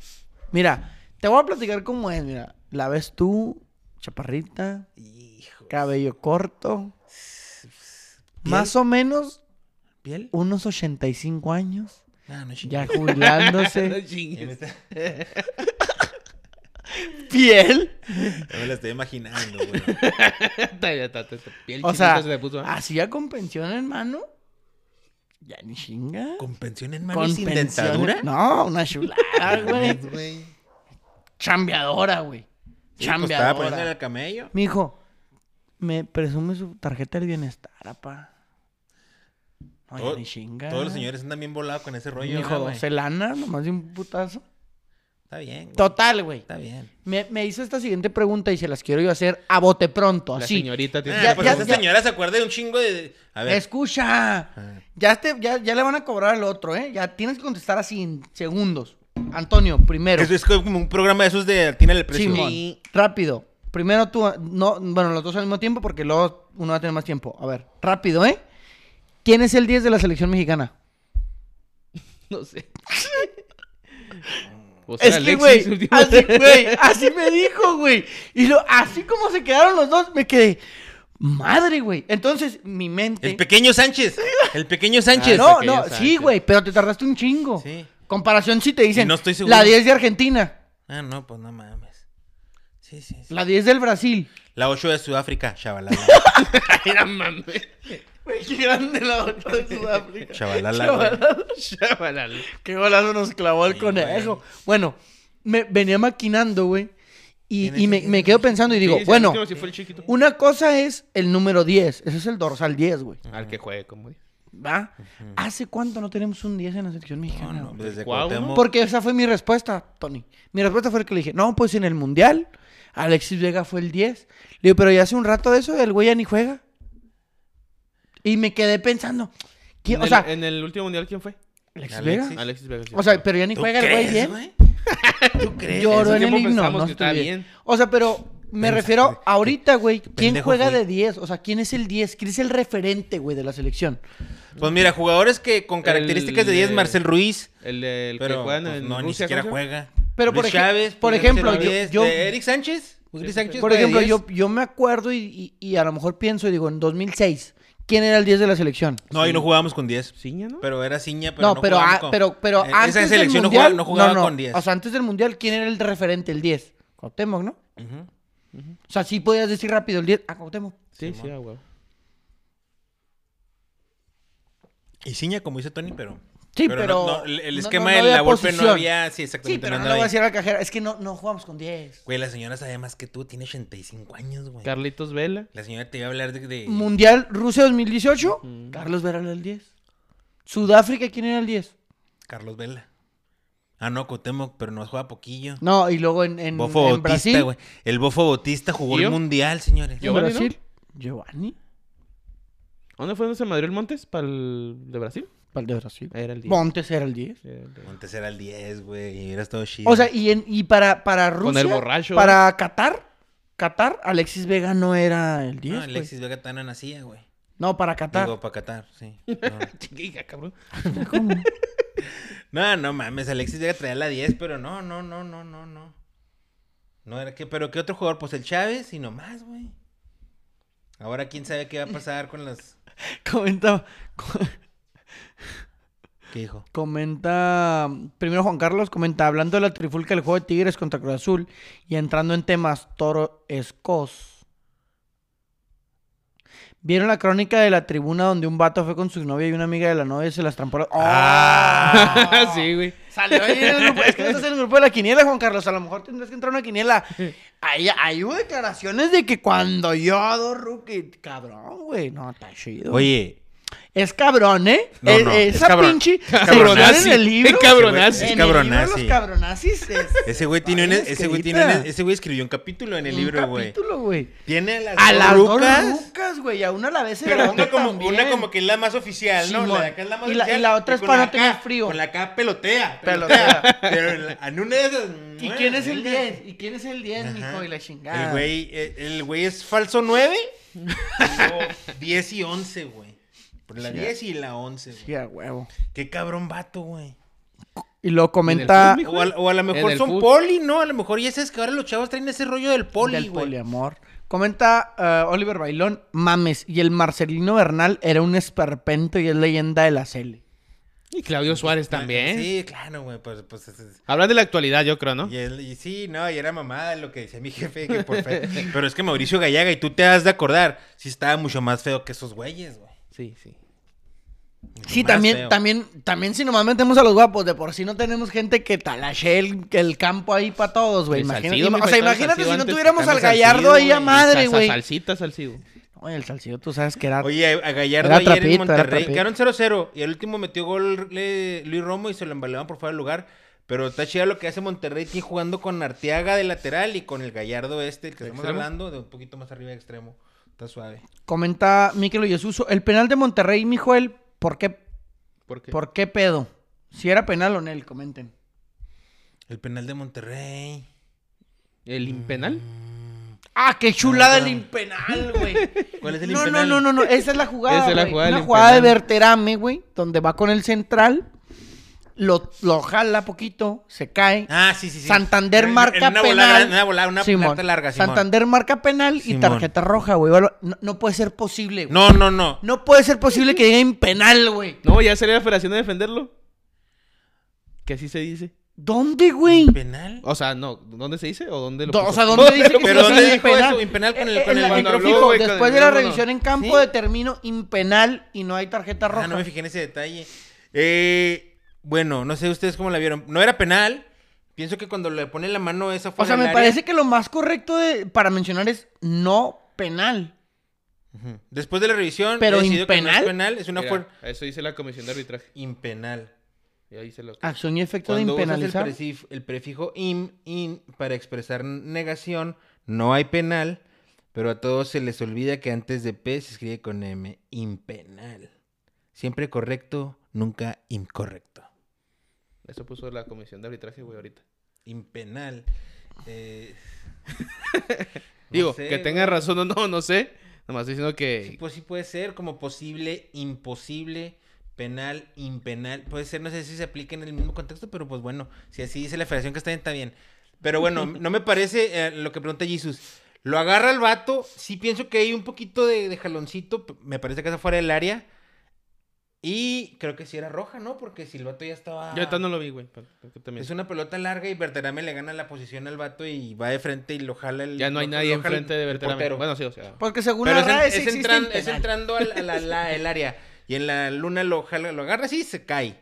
mira, te voy a platicar cómo es, mira, la ves tú, chaparrita,
Hijo.
cabello corto,
¿Piel?
más o menos
¿Piel?
unos 85 años,
Ah, no,
Uh, ya
No
jubilándose,
En
chingues.
esta-
piel,
No me la estoy imaginando, güey.
Ta- ta- ta- ta- Piel
o
chinita
sea,
se le puso.
¿eh?
¿ah?
así ya con pensión en mano, ya ni chinga.
¿Con pensión en mano y
Con
sin
pensión-
dentadura?
No, una chulada, güey.
Mames, güey.
Chambeadora, güey.
Sí, pues, estaba poniendo en
Chambeadora.
el camello.
Mi hijo, me presume su tarjeta del bienestar, apa. No, ya
Todo-
ni chinga.
Todos los señores andan bien volados con ese rollo.
Mi hijo,
¿no, güey?
12 lana, nomás de un putazo.
Está bien. güey.
Total, güey.
Está bien.
Me, me hizo esta siguiente pregunta y se las quiero yo hacer a bote pronto,
La
así.
señorita tiene
Ah,
Ya-
una
pues
ya-
esa
ya-
señora se acuerda de un chingo de. A ver.
Escucha.
Ah,
Ya, te, ya, ya le van a cobrar al otro, ¿eh? Ya tienes que contestar así en segundos. Antonio, primero.
Eso es como un programa de esos de Tírale el precio.
Simón, rápido. Primero tú, no, bueno, los dos al mismo tiempo porque luego uno va a tener más tiempo. A ver, rápido, ¿eh? ¿Quién es el 10 de la selección mexicana?
No sé. Pues
Es
era
que,
Alexis,
güey,
último-
así, güey, así me dijo, güey. Y lo, así como se quedaron los dos, me quedé, madre, güey. Entonces, mi mente...
El pequeño Sánchez. El pequeño Sánchez.
Ah,
no,
pequeño
no, sí,
Sánchez.
güey, pero te tardaste un chingo.
Sí.
Comparación si te dicen,
no estoy seguro.
la 10 de Argentina,
Ah, no, pues no mames. Sí, sí, sí.
la 10 del Brasil.
La 8 de Sudáfrica, chavalala.
Era mames.
Güey, qué grande la otra de Sudáfrica.
Chavalala, güey.
Chavalala.
Chaval.
Qué golazo nos clavó el
Sí,
conejo.
güey.
Bueno, me venía maquinando, güey. Y,
¿Quién
y
es
me,
ese?
me quedo pensando y digo,
Sí, sí,
bueno,
último sí fue el chiquito.
una cosa es el número 10. Ese es el dorsal 10, güey.
Al que juegue, como dice.
¿Va? ¿Hace cuánto no tenemos un 10 en la selección
No,
mexicana?
no,
güey?
desde
Cuau, ¿no?
Cuauhtémoc.
Porque esa fue mi respuesta, Tony. Mi respuesta fue el que le dije, no, pues en el Mundial, Alexis Vega fue el 10. Le digo, pero ya hace un rato de eso, el güey ya ni juega. Y me quedé pensando, ¿quién-
En
o
el-
sea,
en el último mundial, ¿quién fue?
Alexis,
Alexis.
Vega.
Alexis Vega. sí.
O sea, pero ya ni
¿Tú
juega el güey eh?
crees,
bien.
¿Tú crees?
Lloró
Ese
en el
tiempo
himno,
pensamos
no
que estaba
estuviera.
bien.
O sea, pero me
Pensaste,
refiero
qué-
ahorita, güey. ¿Quién
pendejo
juega
fui.
de 10? O sea, ¿quién es el 10? ¿Quién es el referente, güey, de la selección?
Pues mira, jugadores que con características de
El-
10, Marcel Ruiz.
El, el que
pero
juegan
pues,
en
no, ni
Rusia.
siquiera
¿cómo se llama?
juega.
Pero
Luis
por ej-
Chávez,
por
pudiera ser
ejemplo,
el
yo-
10
yo-
de eh, Eric Sánchez. Eric Sánchez
Por
juega de
ejemplo,
10.
yo, yo me acuerdo y, y- y a lo mejor pienso y digo, en 2006, ¿quién era el 10 de la selección?
No, ahí no jugábamos con 10.
Ciña, ¿no?
Pero era Ciña, pero
No,
no
pero,
jugábamos
a-
con-
pero, pero
Eh,
antes
Esa
del
selección no
mundial,
jugaba, no jugaba con 10.
O sea, antes del Mundial, ¿quién era el referente, el 10? Cuauhtémoc, ¿no?
Ujú.
O sea, sí podías decir rápido el 10. Ah, Cuauhtémoc.
Sí,
Simón.
sí, ah, huevo.
Y Ciña, como dice Tony, pero...
Sí,
no-
pero...
no, el, el
no-
esquema
no- no
de
había
la golpe no
posición.
había... Sí,
Sí,
exactamente.
pero no le
andaba
voy a
ahí.
decir a la cajera, es que no, no jugamos con 10.
Güey, la señora sabe más que tú. Tiene 85 años, güey.
Carlitos Vela.
La señora te iba a hablar de... de-
Mundial Rusia 2018,
Ujú.
Carlos Vera era el 10. Sudáfrica, ¿quién era el 10?
Carlos Vela. Ah, no, Cotemoc, pero no juega poquillo.
No, y luego en, en,
Bofo
en Brasil.
Bautista, güey. El Bofo Bautista jugó el
¿Yo?
mundial, señores.
en
Yo- Giovanni, ¿no?
Brasil. Giovanni.
¿Dónde fue donde se madrió el Montes? ¿Para el de Brasil?
¿Cuál de Brasil?
Era el 10.
Montes era el 10.
Era el 10.
Montes era el 10, güey. Y hubiera estado chido.
O sea, y, en, y para, para Rusia.
el borracho.
Para Qatar. Qatar, Alexis Vega no era el 10.
No,
No,
Alexis Vega Tana nacía, güey.
no para Qatar.
Digo, para Qatar, sí. No.
Chinga, cabrón.
no, no mames. Alexis Vega traía la 10, pero no, no, no, no, no, no. No era que, pero ¿qué otro jugador? Pues el Chávez y nomás, güey. Ahora quién sabe qué va a pasar con las.
Comenta, co-
¿Qué dijo?
comenta, primero Juan Carlos comenta, hablando de la trifulca del juego de Tigres contra Cruz Azul y entrando en temas, Toro Escos. ¿Vieron la crónica de la tribuna donde un vato fue con su novia y una amiga de la novia y se las trampó? la- ¡Oh!
Ah.
sí, güey.
Salió ahí en el grupo. Es que no estás en el grupo de la quiniela, Juan Carlos. A lo mejor tendrás que entrar a una quiniela. Hay, hay hubo declaraciones de que cuando yo do rookie. Cabrón, güey. No, está chido.
Oye,
Es cabrón, ¿eh?
No,
Es-
no, es
esa
cabrón.
pinche.
Es
sección
cabronazi.
En el libro.
Es cabronazi.
En el
Cabronazi.
libro de los cabronazis. es-
ese güey tiene una-
Ay,
ese güey
escrita.
tiene- ese güey escribió un capítulo en el
un
libro, güey.
capítulo, güey.
Tiene a las,
A
dos
las
rucas,
dos rucas, güey. A una a la vez se la
Pero una
otra
como,
también.
una como que es la más oficial, ¿no?
Simón.
La de acá es la más
Y la- y
oficial,
la otra es
con
para
la
no tener
acá-
frío.
Con la acá pelotea.
Pelotea.
Pelotea. Pero en, la- en una de esas.
¿Y quién es el
venga.
10? ¿Y quién es el 10,
Ajá.
mijo? Y la chingada.
El güey, eh, el güey es falso 9. 10 y 11, güey. Por la
Sí,
10 y la 11, güey.
Sí, a huevo.
Qué cabrón vato, güey.
Y lo
comenta-
comenta
fútbol, mijo?
O a, o a lo
En
mejor
el
son
fut-
poli, ¿no? A lo mejor ya sabes que ahora los chavos traen ese rollo del poli,
del
güey.
poliamor. Comenta eh, Oliver Bailón, mames, y el Marcelino Bernal era un esperpento y es leyenda de la L.
Y Claudio Suárez también.
Sí, claro, güey. Pues, pues, es- es-
Hablan de la actualidad, yo creo, ¿no?
Y, él- y sí, no, y era mamada lo que decía mi jefe. que por fe- Pero es que Mauricio Gallaga, y tú te has de acordar, sí estaba mucho más feo que esos güeyes, güey.
Sí, sí.
Mucho
Sí,
más
también,
feo.
también, también si nomás metemos a los guapos, de por sí no tenemos gente que talache el, el campo ahí para todos, güey.
El
Imagina-
Salcido,
ima-
mijo,
o sea,
estaba el
imagínate
Salcido
si no
antes,
tuviéramos al
estaba el
gallardo
Salcido,
ahí a
güey,
madre,
Sa-
güey.
Salsita, salsido.
Oye, el salcido, tú sabes que era...
Oye, a
Ah, Era
Gallardo ayer en
trapito, era
Monterrey
trapito.
quedaron 0-0 y al último metió gol le- Luis Romo y se lo embalaban por fuera del lugar. Pero está chido lo que hace Monterrey, que jugando con Arteaga de lateral y con el Gallardo este, el que estamos
¿Extremo?
hablando, de un poquito más arriba de extremo. Está suave.
Comenta Miquel Oyesuso, el penal de Monterrey, Mijuel, ¿por qué,
¿Por qué?
¿por qué pedo? Si era penal o no, comenten.
El penal de Monterrey.
¿El impenal?
Ah, qué chulada el
no.
impenal, güey.
¿Cuál es el
No, no,
impenal?
no, no, no, esa es la jugada.
Esa es la
güey.
jugada del
Una jugada de
impenal.
Berterame, güey, donde va con el central, lo, lo jala poquito, se cae.
Ah, sí, sí, sí.
Santander
En- en
marca
una
penal.
Volada, una volada, una
Simón.
pelota larga, Simón.
Santander marca penal y
Simón.
tarjeta roja, güey. Valo- No, no puede ser posible, güey.
No, no, no.
No puede ser posible que diga impenal, güey.
No, ya sería la federación de defenderlo. Que así se dice.
¿Dónde, güey?
¿Penal?
O sea, no, ¿dónde se dice o dónde lo
Do- O
puso?
sea, ¿dónde dice que
Ah, pero
eso
¿dónde
es
dijo
impenal?
eso? Impenal con el-
Eh,
con
eh,
el-
la-
cuando
microfijo,
habló, güey, con el
Después de la
micrófono.
revisión en campo
Sí.
determino impenal y no hay tarjeta roja.
Ah, no me fijé en ese detalle. Eh, bueno, no sé ustedes cómo la vieron. No era penal. Pienso que cuando le pone la mano esa
O
fuera
sea,
del
me
área-
parece que lo más correcto de- para mencionar es no penal.
Ujú. Después de la revisión,
Pero
he decidido que no es
impenal.
penal, es una
Mira,
fuer-
Eso dice la comisión de arbitraje.
impenal.
Y ahí se lo.
Acción y efecto de
Cuando usas el,
impenalizar.
presif- el prefijo im, in para expresar negación, no hay penal, pero a todos se les olvida que antes de P se escribe con M, impenal. Siempre correcto, nunca incorrecto.
Eso puso la comisión de arbitraje, güey, ahorita.
Impenal. Eh, no
Digo,
sé,
que
güey.
tenga razón o no, no sé. Nomás estoy diciendo
Sí,
que.
pues sí puede ser como posible, imposible, penal, impenal. Puede ser, no sé si se aplica en el mismo contexto, pero pues bueno, si así dice la federación que está bien, está bien. Pero bueno, no me parece eh, lo que pregunta Jesus. Lo agarra el vato, sí pienso que hay un poquito de, de jaloncito, p- me parece que está fuera del área. Y creo que sí era roja, ¿no? Porque si el vato ya estaba...
Yo
ah.
ahorita no lo vi, güey. pero creo que también.
Es una pelota larga y Berterame le gana la posición al vato y va de frente y lo jala el...
Ya no hay
lo-
nadie
lo jala el-
enfrente de
el
Berterame.
portero.
Bueno, sí, o sea.
Porque según la
Pero es, en-
RAE
es
sí existe
entran- es
impenal.
entrando al, a la- la- el área. Y en la luna lo, jala, lo agarra así y se cae.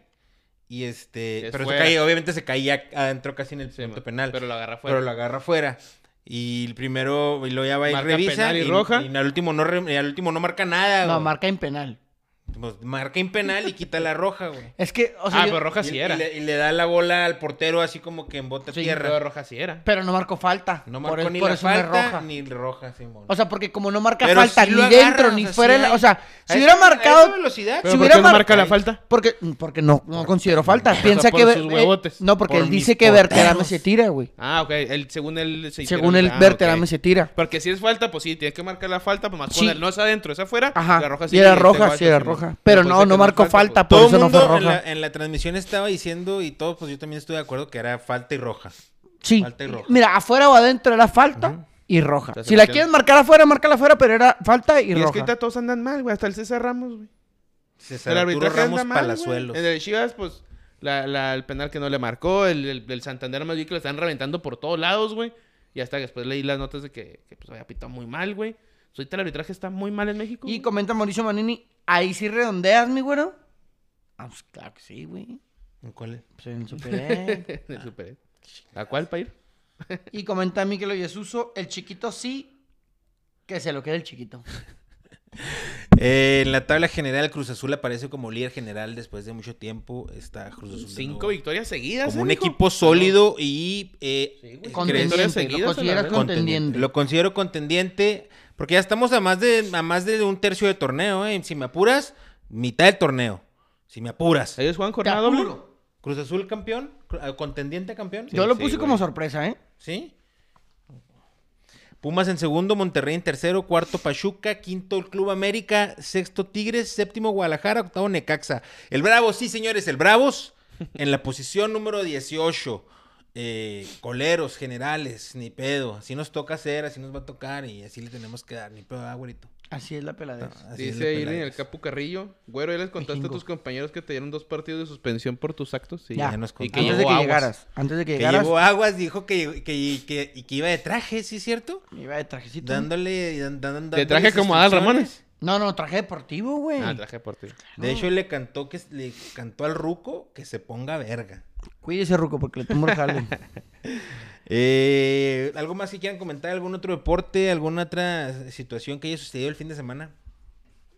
Y este.
Es
pero se
fuera.
cae, obviamente se caía adentro casi en el
sí,
punto
man,
penal. Pero,
Pero lo agarra fuera.
lo agarra afuera. Y el primero, y luego ya va y
Marca
revisa.
penal y roja.
Y al último no, re- y al último no marca nada,
No,
güey.
marca impenal.
Pues marca en penal y quita la roja, güey.
Es que, o sea,
Ah,
yo-
pero roja
Y,
sí
y
era.
le, y le da la bola al portero así como que en
Sí,
bota
pero
tierra.
roja sí era.
pero no marcó falta.
No
por
marcó
el-
ni
por
la
eso no es
falta
roja.
ni roja, Simón.
O sea, porque como no marca
Pero
falta
sí
ni
lo agarra,
dentro
o
ni
sea,
fuera,
sí
de la-
hay-
o sea,
A
si hubiera
esa- a esa
marcado
velocidad,
si
Pero ¿por
hubiera
qué no
mar-
marca la falta?
porque porque no no considero falta, piensa
por
que
sus
eh,
huevotes.
no porque
Por
él
mis
dice que Berterame
porteros.
se tira, güey.
Ah, ok. Él, según él. se
Según
hicieron-
él
ah,
Berterame
ok.
se tira.
Porque si es falta, pues sí, tienes que marcar la falta, pues más
Sí.
con el no es adentro, es afuera.
Ajá.
La roja este
y era
te
roja,
guacho,
sí, era
sí,
roja.
man.
Pero
Por
no,
eso
no
que
marcó
es
falta, pues, por
Todo el
eso no
mundo
fue
En, la,
roja.
en la transmisión estaba diciendo y todo, pues yo también estuve de acuerdo que era falta y roja.
Sí.
Falta y roja.
Mira, afuera o adentro era falta
Ujú.
y roja.
Estás
Si la
marcando.
quieres marcar afuera, márcala afuera, pero era falta y,
Y, es que
roja.
ahorita todos andan mal, güey. Hasta el César Ramos, güey.
César
El
Arturo
arbitraje
Ramos
anda mal,
Palazuelos.
güey. En el Chivas, pues, la, la- el penal que no le marcó. El, el, el Santander más bien que lo están reventando por todos lados, güey. Y hasta después leí las notas de que, que pues, había pitado muy mal, güey. So, Ahorita el arbitraje está muy mal en México.
Y
güey.
comenta Mauricio Manini, ahí sí redondeas, mi güero. Ah, pues claro que sí, güey.
¿Cuál es?
Pues en el Super
En el Super. E. ¿A cuál, Pair?
Y comenta Miquel Yesuso, el chiquito sí, que se lo quede el chiquito.
Eh, en la tabla general, Cruz Azul aparece como líder general después de mucho tiempo. Está Cruz Azul. Pues, de
Cinco
nuevo
victorias seguidas.
Como
¿eh,
un
mijo?
equipo sólido y eh,
Sí, güey.
¿crees?
Contendiente,
Victorias seguidas
lo
a la
consideras
vez.
contendiente.
Lo considero contendiente porque ya estamos a más de, a más de un tercio de torneo. ¿eh? Si me apuras, mitad de torneo. Si me apuras.
Ellos juegan
Te
jornada doble.
apuro.
Cruz Azul campeón, cru- eh, contendiente campeón.
Yo lo
sí,
puse
güey.
como sorpresa, ¿eh?
¿Sí? Pumas en segundo, Monterrey en tercero, cuarto Pachuca, quinto el Club América, sexto Tigres, séptimo Guadalajara, octavo Necaxa. El Bravos, sí señores, el Bravos en la posición número 18. Eh, coleros, generales, ni pedo. Así nos toca hacer, así nos va a tocar y así le tenemos que dar, ni pedo, ah, güerito.
Así es la peladera.
Así es la
Dice Irving
pelada.
el Capu Carrillo. Güero, ¿ya les contaste
Mijingo.
a tus compañeros que te dieron dos partidos de suspensión por tus actos? Sí.
Ya.
Ya nos
Y que
contaron.
antes
llevó
de que
aguas.
llegaras, antes de que
Que
llegaras,
llevó aguas, dijo que, que, y que- y que iba de traje, ¿sí es cierto?
me iba de trajecito.
Dándole, dan- dan-
¿Te
dándole
traje
sus
acomodado al
instrucciones.
Ramones?
No, no, traje deportivo, güey.
Ah, traje por ti.
De hecho, le cantó que le cantó al Ruco que se ponga verga.
Cuídese, Ruco, porque le tumbo el jale.
Eh, ¿Algo más que quieran comentar? ¿Algún otro deporte? ¿Alguna otra situación que haya sucedido el fin de semana?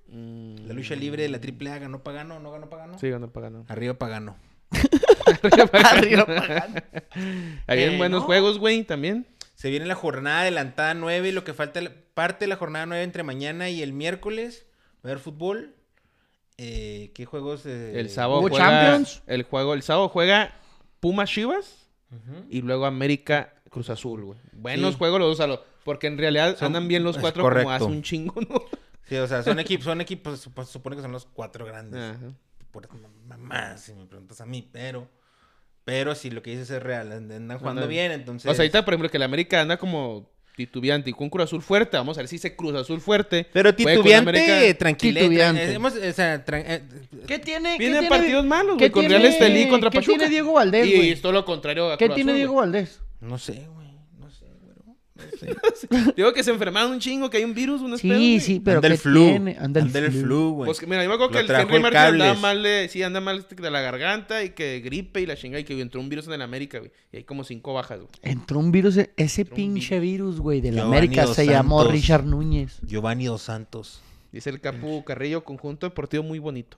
Mm,
La lucha libre, la AAA, ¿ganó Pagano? ¿No ganó Pagano?
Sí, ganó pagano.
Arriba Pagano.
Arriba, pagano.
Habían
Eh,
buenos
no.
juegos, güey, también.
Se viene la jornada adelantada 9 y lo que falta, parte de la jornada 9 entre mañana y el miércoles. Va a haber fútbol. Eh, ¿Qué juegos? eh?
El sábado
¿Hubo
juega
Champions?
el juego, el sábado juega Pumas Chivas
Ujú.
y luego América Cruz Azul, güey. Buenos
Sí.
juegos los dos a lo- porque en realidad
Son-
andan bien los
es
cuatro
correcto.
como hace un chingo, ¿no?
Sí, o sea, son equipos, son equipos, supo- supone que son los cuatro grandes.
Ajá.
por mamá, si me preguntas a mí, pero pero si lo que dices es real, and- andan jugando
Andan-
bien, entonces
O sea, ahorita, por ejemplo, que el América anda como titubeante y con Cruz Azul fuerte, vamos a ver si se Cruz Azul fuerte.
pero
puede con
titubeante,
América-
tranquilo,
Titubeante.
o sea, tran- eh,
¿Qué tiene?
Vienen
qué tiene-
partidos malos,
qué
güey, con
tiene-
Real Estelí contra
¿Qué
Pachuca.
tiene Diego Valdés,
y, y
güey?
es todo lo contrario a
¿Qué
Cruz
tiene
Azul,
Diego
güey.
Valdés?
no sé, güey, no sé, güero, no sé.
Digo que se enfermaron un chingo, que hay un virus, un
Sí, sí, pero
anda
¿qué
el flu,
tiene?
anda el flu, güey.
Pues que, mira, yo me acuerdo
Lo
que el
trajo
Henry
el
Martin andaba
Cables.
mal de, sí, anda mal de la garganta y que gripe y la chingada y que entró un virus en el América, güey. Y hay como cinco bajas, güey.
Entró un virus, e-, ese
un
pinche virus, güey, de la
Giovanni
América
Dos
se llamó
Santos.
Richard Núñez.
Giovanni dos Santos.
Dice el Capu Carrillo, conjunto deportivo muy bonito.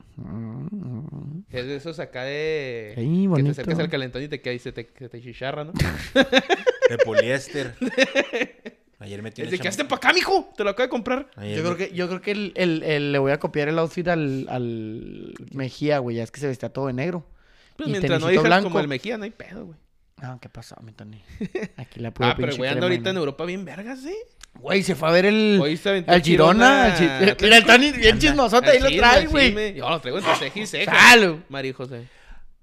Mm, mm.
Es de esos acá de...
Sí,
Que te
bonito.
acercas al calentón y te queda y se te, se te chicharra, ¿no?
De poliéster. Ayer metí
Es
una
de que
cham-
hazte pa' acá, mijo. Te lo acabo de comprar.
Ayer
Yo creo
metí-
que, yo creo que el, el- el- le voy a copiar el outfit al, al Mejía, güey. Ya es que se vestía todo de negro.
Pues
Y
mientras no
tenisito
digas
blanco.
como el Mejía, no hay pedo, güey.
Ah, ¿qué pasó, mi Tony? Aquí la pura
Ah, pero
pinche
güey, anda
crema,
ahorita en
¿no?
Europa bien vergas, ¿eh?
Güey, se fue a ver el...
Hoy se aventó
Al Girona. al
Girona-
Gi- Mira, el Tony bien chismosote ahí
Al
lo
chisme,
trae,
al
güey.
chisme. Yo lo traigo entre ceja y ceja.
Jalo.
María José.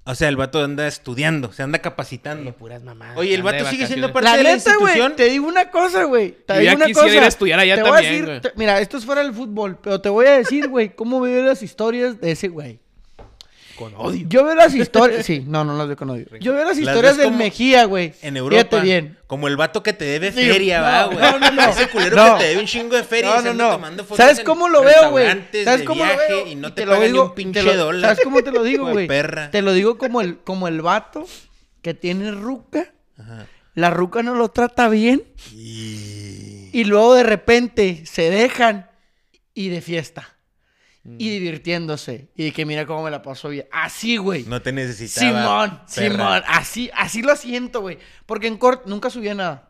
O sea, el vato anda estudiando, se anda capacitando.
Puras mamadas.
Oye, el
Anda de
vato sigue siendo
vacaciones.
parte
La
de la
neta, güey,
institución.
te digo una cosa, güey. Te
Yo
digo
ya
una
quisiera
cosa.
ir a estudiar allá
te
también,
voy a
güey.
decir, te- mira, esto es fuera del fútbol, pero te voy a decir, güey, cómo veo las historias de ese güey.
Con odio.
Yo veo las historias, sí, no, no las veo con odio. Yo veo las
Las
historias
ves
del
como
Mejía, güey.
En Europa.
Fíjate bien.
Como el vato que te debe
Sí,
feria,
no,
va, güey.
no, no, no.
Ese culero
No.
que te debe un chingo de feria. y
No,
se
no,
anda
no.
tomando fotos
¿Sabes
en
cómo lo veo, güey?
restaurantes
¿Sabes
de
cómo lo
viaje
veo?
Y no
Y
te, pagan ni un
te
pinche
lo-
dólar.
¿Sabes cómo te lo digo,
Hijo de
güey?
perra.
Te lo digo como el, como el vato que tiene ruca,
Ajá.
la ruca no lo trata bien
Y...
y luego de repente se dejan y de fiesta.
Mm.
Y divirtiéndose. Y de que mira cómo me la paso bien. Así, güey.
No te necesitaba.
Simón,
perra.
Simón. Así, así lo siento, güey. Porque en Cort nunca subía nada.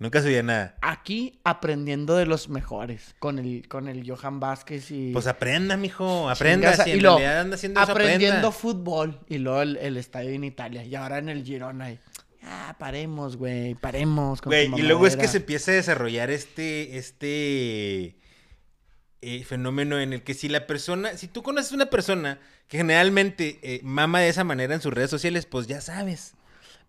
Nunca subía nada.
aquí aprendiendo de los mejores con el con el Johan Vázquez y
Pues aprenda, mijo. Aprenda.
Chingas a-
Si en
y luego,
realidad anda haciendo eso,
aprendiendo
aprenda.
fútbol y luego el, el estadio en Italia y ahora en el Girona y, ah paremos güey paremos con tu
Güey, y luego es que
mamadera.
se empieza a desarrollar este, este eh, fenómeno en el que si la persona, si tú conoces una persona que generalmente eh, mama de esa manera en sus redes sociales, pues ya sabes.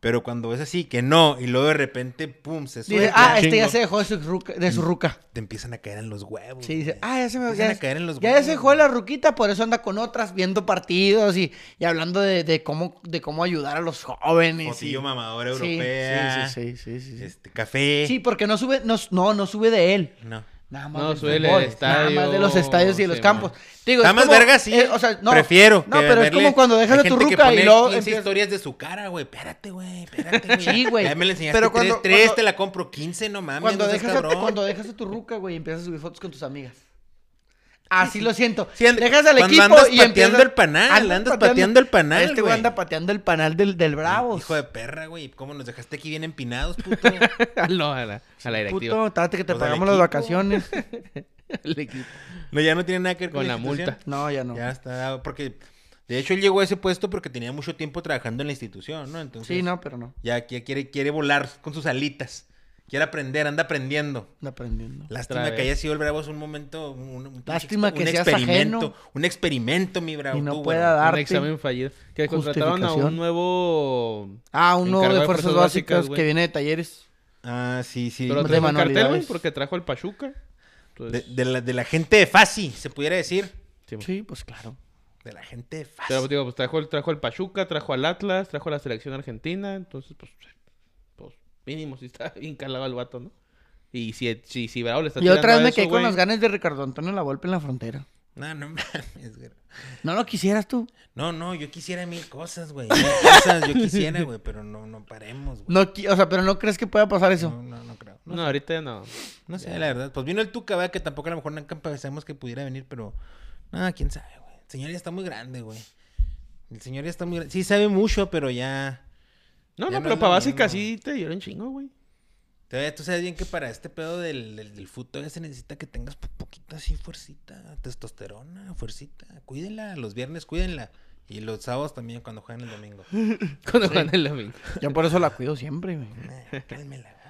Pero cuando es así, que no, y luego de repente, pum, se
Dice,
suelta.
ah, este ya
chingo.
se dejó de su ruca. De su ruca.
Te empiezan a caer en los huevos.
Sí, dice,
güey.
ah, ya se me
Empiezan
ya,
a caer en los
ya, ya se
huevos.
dejó de la ruquita, por eso anda con otras viendo partidos y, y hablando de, de cómo, de cómo ayudar a los jóvenes. y-
Fotillo mamador
Sí,
europea.
Sí, sí, sí, sí, sí, sí.
Este, café.
Sí, porque no sube, no, no, no sube de él.
No.
Nada más,
No,
del
sube del
fútbol,
estadio,
nada más de los estadios y de los
sí,
campos.
man.
Digo,
Está
es
más
como-
verga, sí.
eh, o sea, no,
Prefiero.
No,
que
pero es
verle-
como cuando dejas
Hay
a tu
gente que
ruca y
pone
luego
15
empiezas-
historias de su cara, güey. Espérate, güey. Espérate, güey.
Sí, güey.
Ya me la enseñaste
Pero
pero
cuando-
cuando, tres,
cuando-
te la compro 15, no mames.
cuando,
Ah, no seas
dejas a,
cabrón.
cuando dejas a tu ruca, güey, empiezas a subir fotos con tus amigas. Así lo siento.
Sí, and-
dejas al
cuando
equipo
andas
y
pateando
empiezas-
el panal, andas pateando el panal,
Este güey
güey.
anda pateando el panal del, del Bravos.
Hijo de perra, güey. ¿Cómo nos dejaste aquí bien empinados, puto?
no, a la, a la directiva.
Puto, trate que te
Los del
pagamos las
equipo.
vacaciones.
El equipo.
No, ya no tiene nada que ver con,
Con la
institución.
multa.
No, ya no.
Ya está. Porque, de hecho, él llegó a ese puesto porque tenía mucho tiempo trabajando en la institución, ¿no? Entonces,
sí, no, pero no.
ya que- quiere, quiere volar con sus alitas. Quiere aprender, anda aprendiendo.
Anda aprendiendo.
Lástima
Otra
que
vez.
haya sido el Bravos un momento, un, un-
Lástima que
un
seas
experimento,
ajeno.
un experimento, mi Bravo.
Y no
tú,
pueda
bueno.
dar-
Un
Arte.
examen fallido. Que contrataron a
Justificación.
un nuevo.
Ah, uno de
Encargado de
fuerzas,
fuerzas
básicas,
básicas,
que
güey.
viene de talleres.
Ah, sí, sí.
Pero pues,
de
trajo un cartel, güey,
manualidades.
porque trajo el Pachuca.
De,
Entonces,
de la, de la gente de Fasi, se pudiera decir.
sí, güey.
Sí, pues claro.
De la gente de Fasi.
Pero digo, pues trajo el, trajo el Pachuca, trajo al Atlas, trajo a la selección argentina, entonces pues, pues mínimo si está bien calado el vato, ¿no? Y si, si, si Bravo le está
Y otra vez
tirando a
me
eso,
quedé con
güey,
las ganas de Ricardo Antonio La Volpe en la frontera.
pues,
No, no mames, güey.
¿No lo quisieras tú?
No, no, yo quisiera mil cosas, güey. Mil cosas yo quisiera, güey, pero no, no paremos, güey.
No, qui- o sea, pero no crees que pueda pasar eso.
No, no, no creo. No,
No, ahorita ya no.
no sé, la verdad. Pues vino el Tuca, ¿verdad? que tampoco a lo mejor nunca pensamos que pudiera venir, pero... No, quién sabe, güey. El señor ya está muy grande, güey. El señor ya está muy grande. Sí sabe mucho, pero ya...
No,
Ya
no,
no
pero
es
para
lo
básica
mismo.
sí te dieron chingo, güey.
Todavía tú sabes bien que para este pedo del, del, del fut todavía se necesita que tengas po- poquito así fuercita, testosterona, fuercita. Cuídenla, los viernes cuídenla. Y los sábados también cuando juegan el domingo.
Cuando gana el domingo.
Yo por eso la cuido siempre, güey.
Nah, cálmela, güey.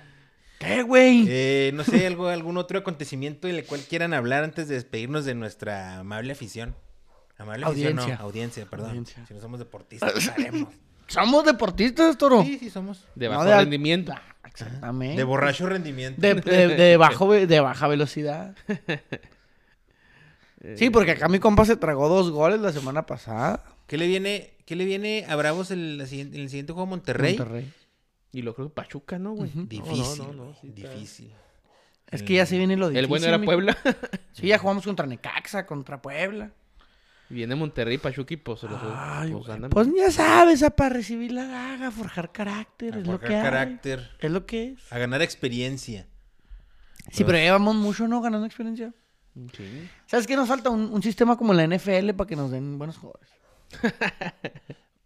¿Qué, güey?
Eh, no sé, algo, algún otro acontecimiento del cual quieran hablar antes de despedirnos de nuestra amable afición. Amable afición,
Audiencia.
no, audiencia, perdón.
Audiencia.
Si no somos deportistas, no sabemos.
Somos deportistas, toro.
Sí, sí somos.
De
No,
bajo
de al-
rendimiento.
Exactamente.
De borracho rendimiento.
De, de- de bajo, ve- de baja velocidad. Sí,
Eh,
porque acá mi compa se tragó dos goles la semana pasada.
¿Qué le viene, qué le viene a Bravos en, la siguiente- en el siguiente juego a Monterrey?
Monterrey.
Y lo creo que Pachuca, ¿no, güey? No, no,
Difícil.
no, no,
güey,
sí está-
difícil.
Es que ya se viene lo difícil.
El bueno era
mi-
Puebla.
Sí, ya jugamos contra Necaxa, contra Puebla.
Viene Monterrey, Pachuca y pues los
Ay,
pues,
güey,
andan-
pues ya sabes, a para recibir la daga, forjar carácter,
A
es lo
forjar
que hay.
carácter,
Es lo que es.
a ganar experiencia.
Sí, pero llevamos mucho, ¿no? Ganando experiencia.
Sí.
¿Sabes qué nos falta? Un, un sistema como la NFL para que nos den buenos jugadores.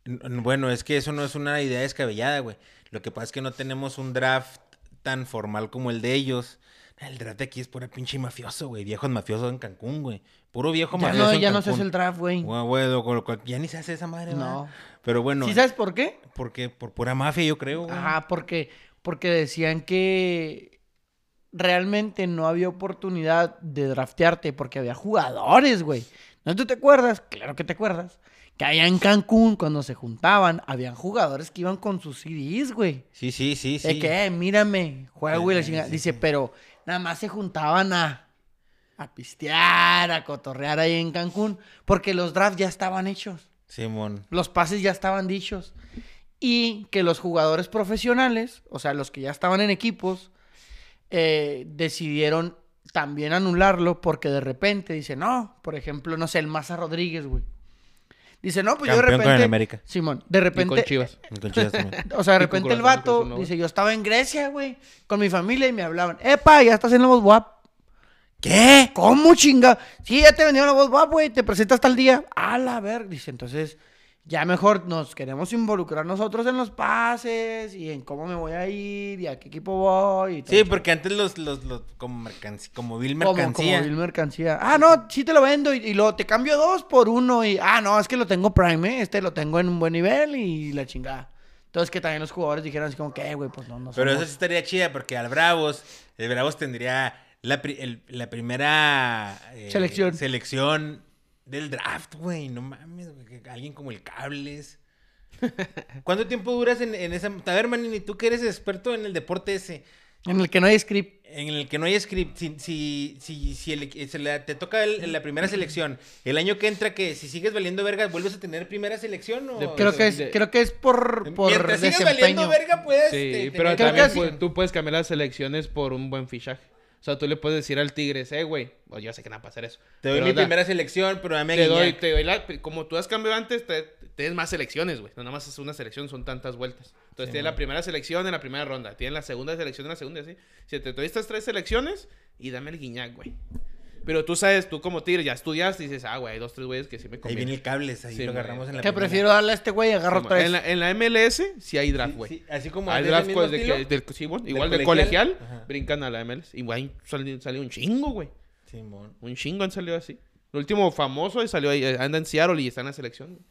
N- n- Bueno, es que eso no es una idea descabellada, güey. Lo que pasa es que no tenemos un draft tan formal como el de ellos. El draft de aquí es pura pinche mafioso, güey. Viejos mafiosos en Cancún, güey. Puro viejo
Ya
mafioso.
no,
en
ya no se hace
Cancún.
el draft, güey.
Güey, güey, lo- lo cual- ya ni se hace esa madre,
No.
No. Pero bueno,
¿Sí Ah. sabes por qué?
porque por pura mafia, yo creo, güey.
Ajá, porque, porque decían que realmente no había oportunidad de draftearte porque había jugadores, güey. ¿No tú te acuerdas? Claro que te acuerdas. Que allá en Cancún, cuando se juntaban, habían jugadores que iban con sus CDs, güey.
Sí, sí, sí, sí.
De que, eh, mírame, juego y la
Sí,
chingada.
sí,
Dice,
sí.
pero nada más se juntaban a, a pistear, a cotorrear ahí en Cancún, porque los drafts ya estaban hechos.
Simón.
Los pases ya estaban dichos. Y que los jugadores profesionales, o sea, los que ya estaban en equipos, eh, decidieron también anularlo porque de repente dice, no, por ejemplo, no sé, el Maza Rodríguez, güey. Dice, no, pues yo de
Campeón con
repente...
el América.
Simón, de
Y con
repente...
Chivas.
Con chivas también.
O sea, de
Y con
repente el
Cruz Azul,
vato
Cruz Azul, ¿no,
dice, yo estaba en Grecia, güey, con mi familia y me hablaban, epa, ya estás en la voz guap. ¿Qué? ¿Cómo chinga? Sí, ya te vendieron la voz guap, güey, te presentas tal día. A la ver, dice, entonces ya mejor nos queremos involucrar nosotros en los pases y en cómo me voy a ir y a qué equipo voy. y todo
pues,
Sí,
el
porque antes los, los, los, como mercancía, como vil
Como-
mercancía.
Como, vil mercancía. Ah, no, sí te lo vendo y, y luego te cambio dos por uno y, ah, no, es que lo tengo prime, ¿eh? este lo tengo en un buen nivel y la chingada. Entonces que también los jugadores dijeran así como que, güey, pues no, no
Pero
somos".
eso sí estaría chida porque al Bravos, el Bravos tendría la, pri- el- la primera eh,
Selección.
selección del draft, güey. No mames, güey, que Alguien como el Cables. ¿Cuánto tiempo duras en, en esa... A ver, Manini, tú que eres experto en el deporte ese,
En el que no hay script.
en el que no hay script, si, si, si, si el- se la- te toca el- la primera selección, el año que entra, que si sigues valiendo verga, ¿vuelves a tener primera selección o...?
De-
Creo que es,
De-
creo que es por, por
Mientras sigas valiendo
desempeño.
verga, puedes...
Sí, pero
te- tener-
creo que
también
así-
pu- tú puedes cambiar las selecciones por un buen fichaje. O sea, tú le puedes decir al Tigres, eh, güey, o yo sé que no va a pasar eso.
Te doy
pero
mi
da-
primera selección, pero dame a
Te doy,
Guiñac.
te doy la- como tú has cambiado antes, te, tienes más selecciones, güey. No nada más es una selección, son tantas vueltas. Entonces tienes la primera selección en la primera ronda, tienes la segunda selección en la segunda, así. Si te doy estas tres selecciones y dame el guiñac, güey. Pero tú sabes, tú como tigre ya estudiaste y dices, ah, güey, hay dos, tres güeyes que sí me
Ahí viene
convienen.
el cables, ahí
Sí,
lo
güey.
agarramos en la
Que
primera.
prefiero darle a este güey y agarro tres.
En la, en la MLS sí hay
Sí,
draft, güey.
sí, así como
Hay
es de
draft
ese mismo
pues, de que-
estilo.
del- sí, bueno, igual
Del
de
colegial.
colegial,
Ajá.
brincan a la MLS. Y güey, salió, salió un chingo, güey.
Simón.
Un chingo han salido así. El último famoso y salió ahí, eh, anda en Seattle y está en la selección. güey.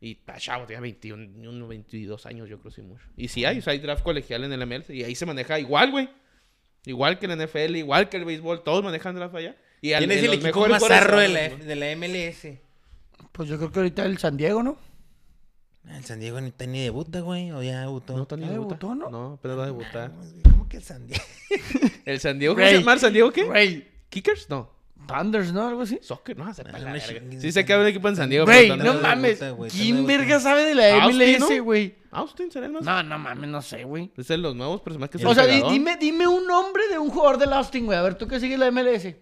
Y está chavo, tiene 21, uno 22 años, yo creo, sí mucho. Y sí hay, o sea, hay draft colegial en el MLS y ahí se maneja igual, güey. Igual que el NFL, igual que el béisbol, todos manejan draft allá. Y al-
¿Quién es
en
el E
los
equipo
mejores
más
jugadores-
zarro de la, de la MLS?
Pues yo creo que ahorita el San Diego, ¿no?
Ah, El San Diego ni, ni debuta, güey, o ya debutó.
No, está ni
¿Ya
debuta.
debutó, no?
No, apenas va a debutar.
¿Cómo que el San Diego?
¿El San Diego? ¿Cómo
Güey.
se llama el San Diego qué?
Güey.
¿Kickers? No.
Thunders, ¿no? Algo así.
Soccer, no, se
Ah, no
pala.
me
verga.
chingues,
Sí sé que hay un equipo en San Diego.
Güey,
pero
no
tanto-
Thunders
mames.
debuta, güey,
¿Quién
Thunders
verga
debuta.
sabe de la
Austin,
MLS,
¿no?
güey?
Austin será el más.
No, no mames, no sé, güey.
Es de los nuevos personajes que
O sea, di-
pegador.
dime, dime un nombre de un jugador del Austin, güey. A ver, tú que sigues la MLS.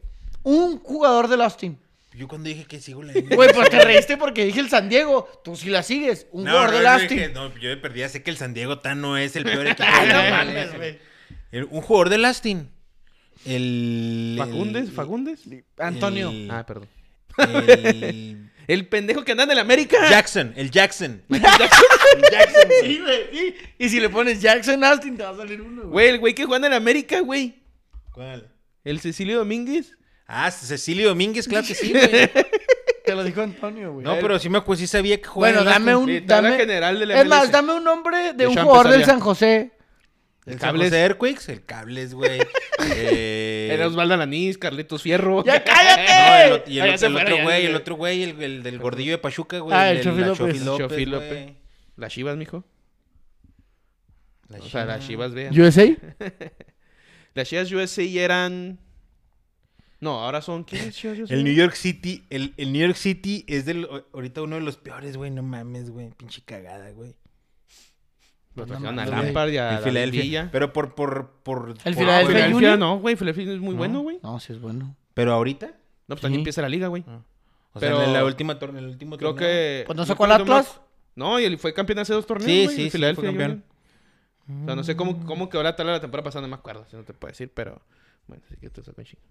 Un jugador del Austin.
Yo cuando dije que sigo la
Güey, pues te reíste porque dije el San Diego. Tú sí la sigues. Un
No,
jugador
no,
del
no,
Austin.
dije, no, yo de perdida sé que el San Diego tan no es el peor equipo.
Ay,
de
no
la
mames,
MLS.
güey.
El- Un jugador del Astin. El.
Facundes,
el-
Facundes.
Antonio.
el-
Ah, perdón.
el-
El pendejo que anda en el América.
Jackson, el Jackson.
Sí, güey, sí. Y si le pones Jackson Austin, te va a salir uno, güey.
Güey, el güey que juega en el América, güey.
¿Cuál?
El Cecilio Domínguez.
Ah, Cecilio Domínguez, claro que sí, güey.
Pues
Te lo dijo Antonio, güey.
No, pero sí me acuerdo, sí sabía que jugaba.
bueno,
en el
dame
Aston.
un.
Sí, Eh, tabla
dame...
general de la
es más,
MLS.
dame un nombre de
Yo
un
ya
jugador del
empezaría.
San José.
El
El
Cables.
Cables.
José Earthquakes, el Cables, güey. eh...
Era Osvaldo Alanís, Carlitos Fierro.
¡Ya
No, el,
cállate!
ot- y el,
Ah, ya
ot-
se
el
fueron,
otro
ya,
güey,
ya.
el otro güey, el, el del gordillo de Pachuca, güey.
Ah, el Chofi
la
López.
Chofi López,
Chofi
güey.
López. Las Chivas, mijo.
La
O sea, las
Chivas.
Chivas, vean.
¿USA?
Las Chivas USA eran. No, ahora son. ¿Quién es Chivas USA?
El New York City, el, el New York City es del, o- ahorita uno de los peores, güey. No mames, güey. Pinche cagada, güey.
Lo trajeron
No
a
mames, güey.
Lampard y a
El Filadelfia.
Filadelfia.
Pero por, por, por.
El Filadelfia
por- por-
Union.
Filadelfia no, güey. Filadelfia es muy
No.
bueno, güey.
No, sí es bueno.
Pero ahorita.
No, pues también
Sí.
empieza la liga, güey.
O
Pero-
sea, en la última torneo, el último
Creo
torneo.
que.
Pues no
yo
sacó
creo
al
que no-
Atlas.
No, y él fue campeón hace dos torneos.
Sí,
Sí,
sí, sí,
sí,
fue
Filadelfia.
campeón.
Union. O sea, no sé cómo, cómo quedó la tabla la temporada pasada, no me acuerdo, si no te puedo decir, pero. Bueno, sí que te sacó un chingo.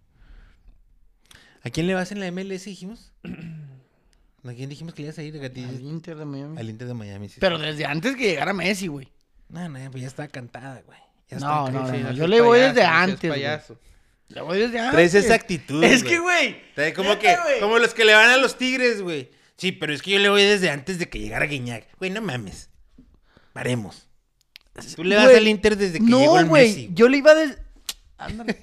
¿A quién le vas en la MLS, dijimos? ¿A quién dijimos que le ibas a ir,
Al
gatillo?
Inter de Miami.
Al Inter de Miami. sí.
Pero desde antes que llegara Messi, güey.
No, no, pues ya está cantada, güey.
No,
Ya está
no,
cantada.
no,
Sí,
Ah, yo
seas
le voy desde
no seas
antes, güey.
payaso.
Le voy desde antes.
Traes esa actitud.
Ah, Es que, güey.
Trae como
neta,
que,
güey.
como los que le van a los tigres, güey. Sí, pero es que yo le voy desde antes de que llegara Guiñac. Güey, no mames. Paremos. Tú le vas
Güey,
al Inter desde que llegó
No,
el Messi.
güey. Yo le iba desde. Ándale.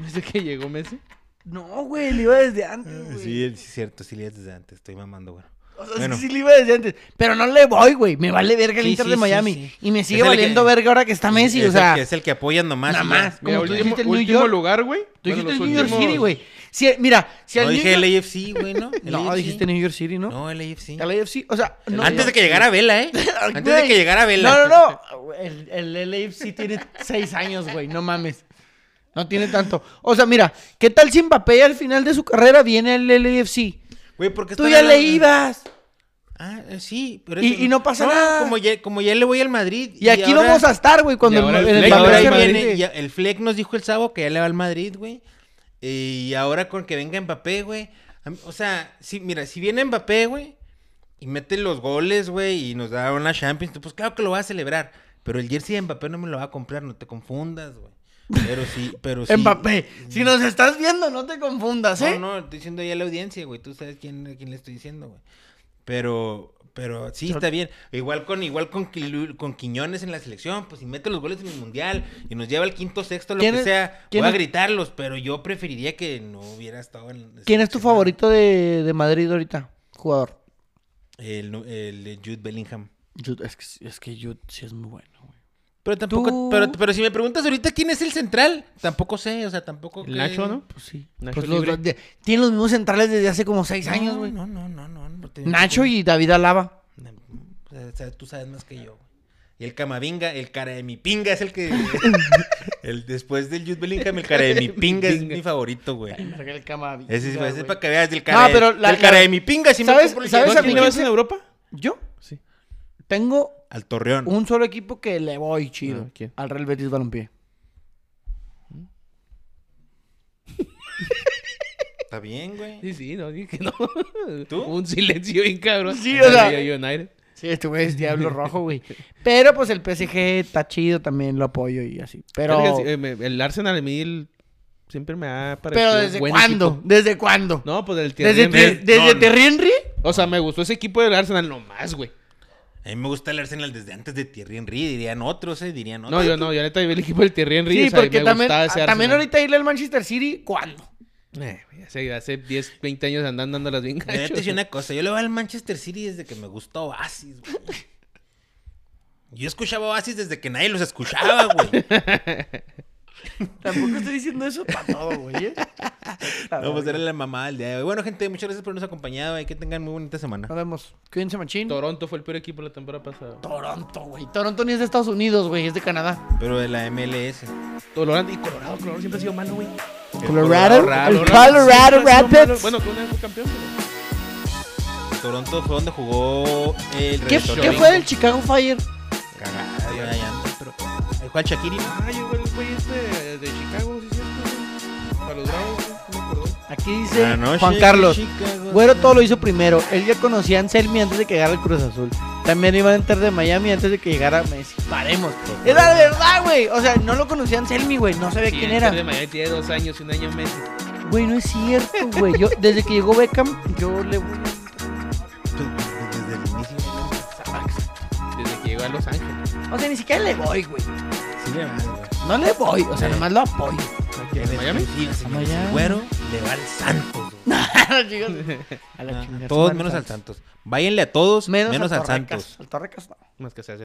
Desde que llegó Messi.
No, güey. Le iba desde antes, güey.
Eh, Sí, es cierto, sí le ibas desde antes. Estoy mamando, güey.
O sea,
Bueno.
sí, sí le iba desde antes. Pero no le voy, güey. Me vale verga el
Sí,
Inter
sí,
de
sí,
Miami.
sí.
Y me sigue
Es el
valiendo
que-
verga ahora que está Messi.
Es
o
el
sea,
que es el que apoyan nomás.
nada
y ya.
más.
Mira,
Como tú
último,
dijiste el New
último
York.
lugar, güey.
Tú
Bueno,
dijiste
los
el New York City,
últimos-
güey. Si- mira, si al
No
New
dije
York-
LAFC, güey, ¿no?
No,
LAFC.
dijiste New York City, ¿no?
No, LAFC.
Al AFC. O sea, no.
Antes de que llegara Vela, ¿eh? Antes de
Güey.
que llegara Vela.
No, no, no. El, el LAFC tiene seis años, güey. No mames. No tiene tanto. O sea, mira, ¿qué tal si Mbappé ya al final de su carrera viene al LAFC?
Güey, ¿por qué
Tú
están
ya le
hablando?
ibas.
Ah, eh, sí. Pero
Y-
eso-
y no pasa nada.
Como ya, como ya le voy al Madrid.
Y aquí
ahora-
vamos a estar, güey, cuando
y ahora
el-
el
el
Y
Fleck,
Mbappé
ahora
Madrid,
se
viene,
retire.
ya- el Fleck nos dijo el sábado que ya le va al Madrid, güey. Y ahora con que venga Mbappé, güey. A mí- O sea, si, mira, si viene Mbappé, güey, y mete los goles, güey, y nos da una Champions, tú, pues claro que lo va a celebrar. Pero el jersey de Mbappé no me lo va a comprar, no te confundas, güey. Pero sí, pero pues, sí.
Mbappé, si nos estás viendo, no te confundas, ¿eh?
No, no, estoy diciendo ya a la audiencia, güey. Tú sabes quién, a quién le estoy diciendo, güey. Pero, pero sí, está bien. Igual con, igual con, Quilu- con Quiñones en la selección, pues si mete los goles en el mundial y nos lleva al quinto, sexto, lo
¿Quién
que
es-
sea, voy
quién
a
es-
gritarlos, pero yo preferiría que no hubiera estado en la
¿Quién es tu
selección.
favorito de, de Madrid ahorita, jugador?
El, nu- el Jude Bellingham.
Jude- es, que, es que Jude sí es muy bueno, güey.
Pero
Tú-
tampoco, pero, pero si me preguntas ahorita quién es el central, tampoco sé, o sea, tampoco.
El
que-
Nacho, ¿no?
Pues sí.
Nacho
Pues los
libre.
dos de- tienen los mismos centrales desde hace como seis
No,
años, güey.
No, no, no, no. no te-
Nacho y David Alaba.
O sea, tú sabes más que yo. güey. Y el Camavinga, el cara de mi pinga es el que. el, después del Jude Bellingham, el cara de mi pinga es mi favorito, güey. Ese sí, ese es para que veas del cara,
No, pero la-
del cara
la-
de mi pinga. Si
¿Sabes-
me compro el
sabes
¿No,
a
Jude
mí
quién le
quién
vas
Bellingham.
se-
en Europa?
Yo
Sí.
tengo
Al Torreón.
un solo equipo que le voy chido.
Ah, ¿quién?
Al Real Betis Balompié.
Está bien, güey.
Sí, sí, no, dije que no.
¿Tú?
Un silencio bien cabrón.
Sí, o sea.
Ay, ay, United.
Sí, este güey es Diablo Rojo, güey. Pero pues el PSG está chido, también lo apoyo y así. Pero,
Verga, sí, eh, me- el Arsenal a mí el- siempre me ha parecido
pero ¿desde
buen
cuándo?
equipo.
¿Desde cuándo?
No, pues el Thierry
¿Desde,
Henry.
Ter- desde
no.
Thierry Henry?
O sea, me gustó ese equipo del Arsenal nomás, güey.
A mí me gusta el Arsenal desde antes de Thierry Henry, dirían otros, eh, dirían
No,
otros.
yo no, yo neta vi el equipo del Thierry Henry.
Sí,
o sea, y
porque
me
también,
gustaba ese
ah, también
Arsenal.
ahorita irle al Manchester City, ¿cuándo?
Eh, güey, hace, hace 10, 20 años andan dándolas bien
Yo te
gachos.
decía una cosa, yo le voy al Manchester City desde que me gustó Oasis, güey. Yo escuchaba Oasis desde que nadie los escuchaba, güey.
Tampoco estoy diciendo eso para todo, güey. ¿eh?
No, pues era la mamá del día de hoy. Bueno, gente, muchas gracias por habernos acompañado y que tengan muy bonita semana.
Nos vemos. Cuídense, machín.
Toronto fue el peor equipo la temporada pasada.
Toronto, güey. Toronto ni es de Estados Unidos, güey. Es de Canadá.
Pero de la MLS.
Colorado y Colorado, Colorado siempre ha sido malo, güey.
El
Colorado,
raro,
el Colorado
¿no?
Siempre ha sido malo.
Rapids.
Bueno, que una vez fue campeón, pero-
Toronto fue donde jugó el
¿Qué,
regreso
qué
de
fue
Lincoln.
el Chicago Fire?
Cagada, ya, ya anda, pero- Ahí juega el Shakiri. ¿no?
Ah, llegó el güey este de Chicago, ¿sí es cierto? Para los Bravos, güey, no me acuerdo.
Aquí dice
La noche
Juan
de
Carlos.
Chicago.
Güero todo lo hizo primero. Él ya conocía a Anselmi antes de que llegara el Cruz Azul. También iba a entrar de Miami antes de que llegara Messi. Paremos. Es la verdad, güey. O sea, no lo conocía Anselmi, güey. No sabía
Sí,
quién
el
era.
de Miami tiene dos años y un año meses.
Güey, no es cierto, güey. Yo, desde que llegó Beckham, yo le voy
Desde el inicio.
Desde que llegó a Los Ángeles.
O sea, ni siquiera le voy, güey.
Sí, le va, güey.
No le voy. O sea,
Eh.
nomás lo apoyo.
¿Aquí en Miami?
exclusiva, señores.
Miami.
El Güero le va al Santos. güey.
Chicos, a la
Ah,
chingada,
todos
son
menos al
Santos.
Santos. Váyanle a todos menos,
Menos,
al
Torrecas.
Santos.
Al Torrecas no.
Más que se hace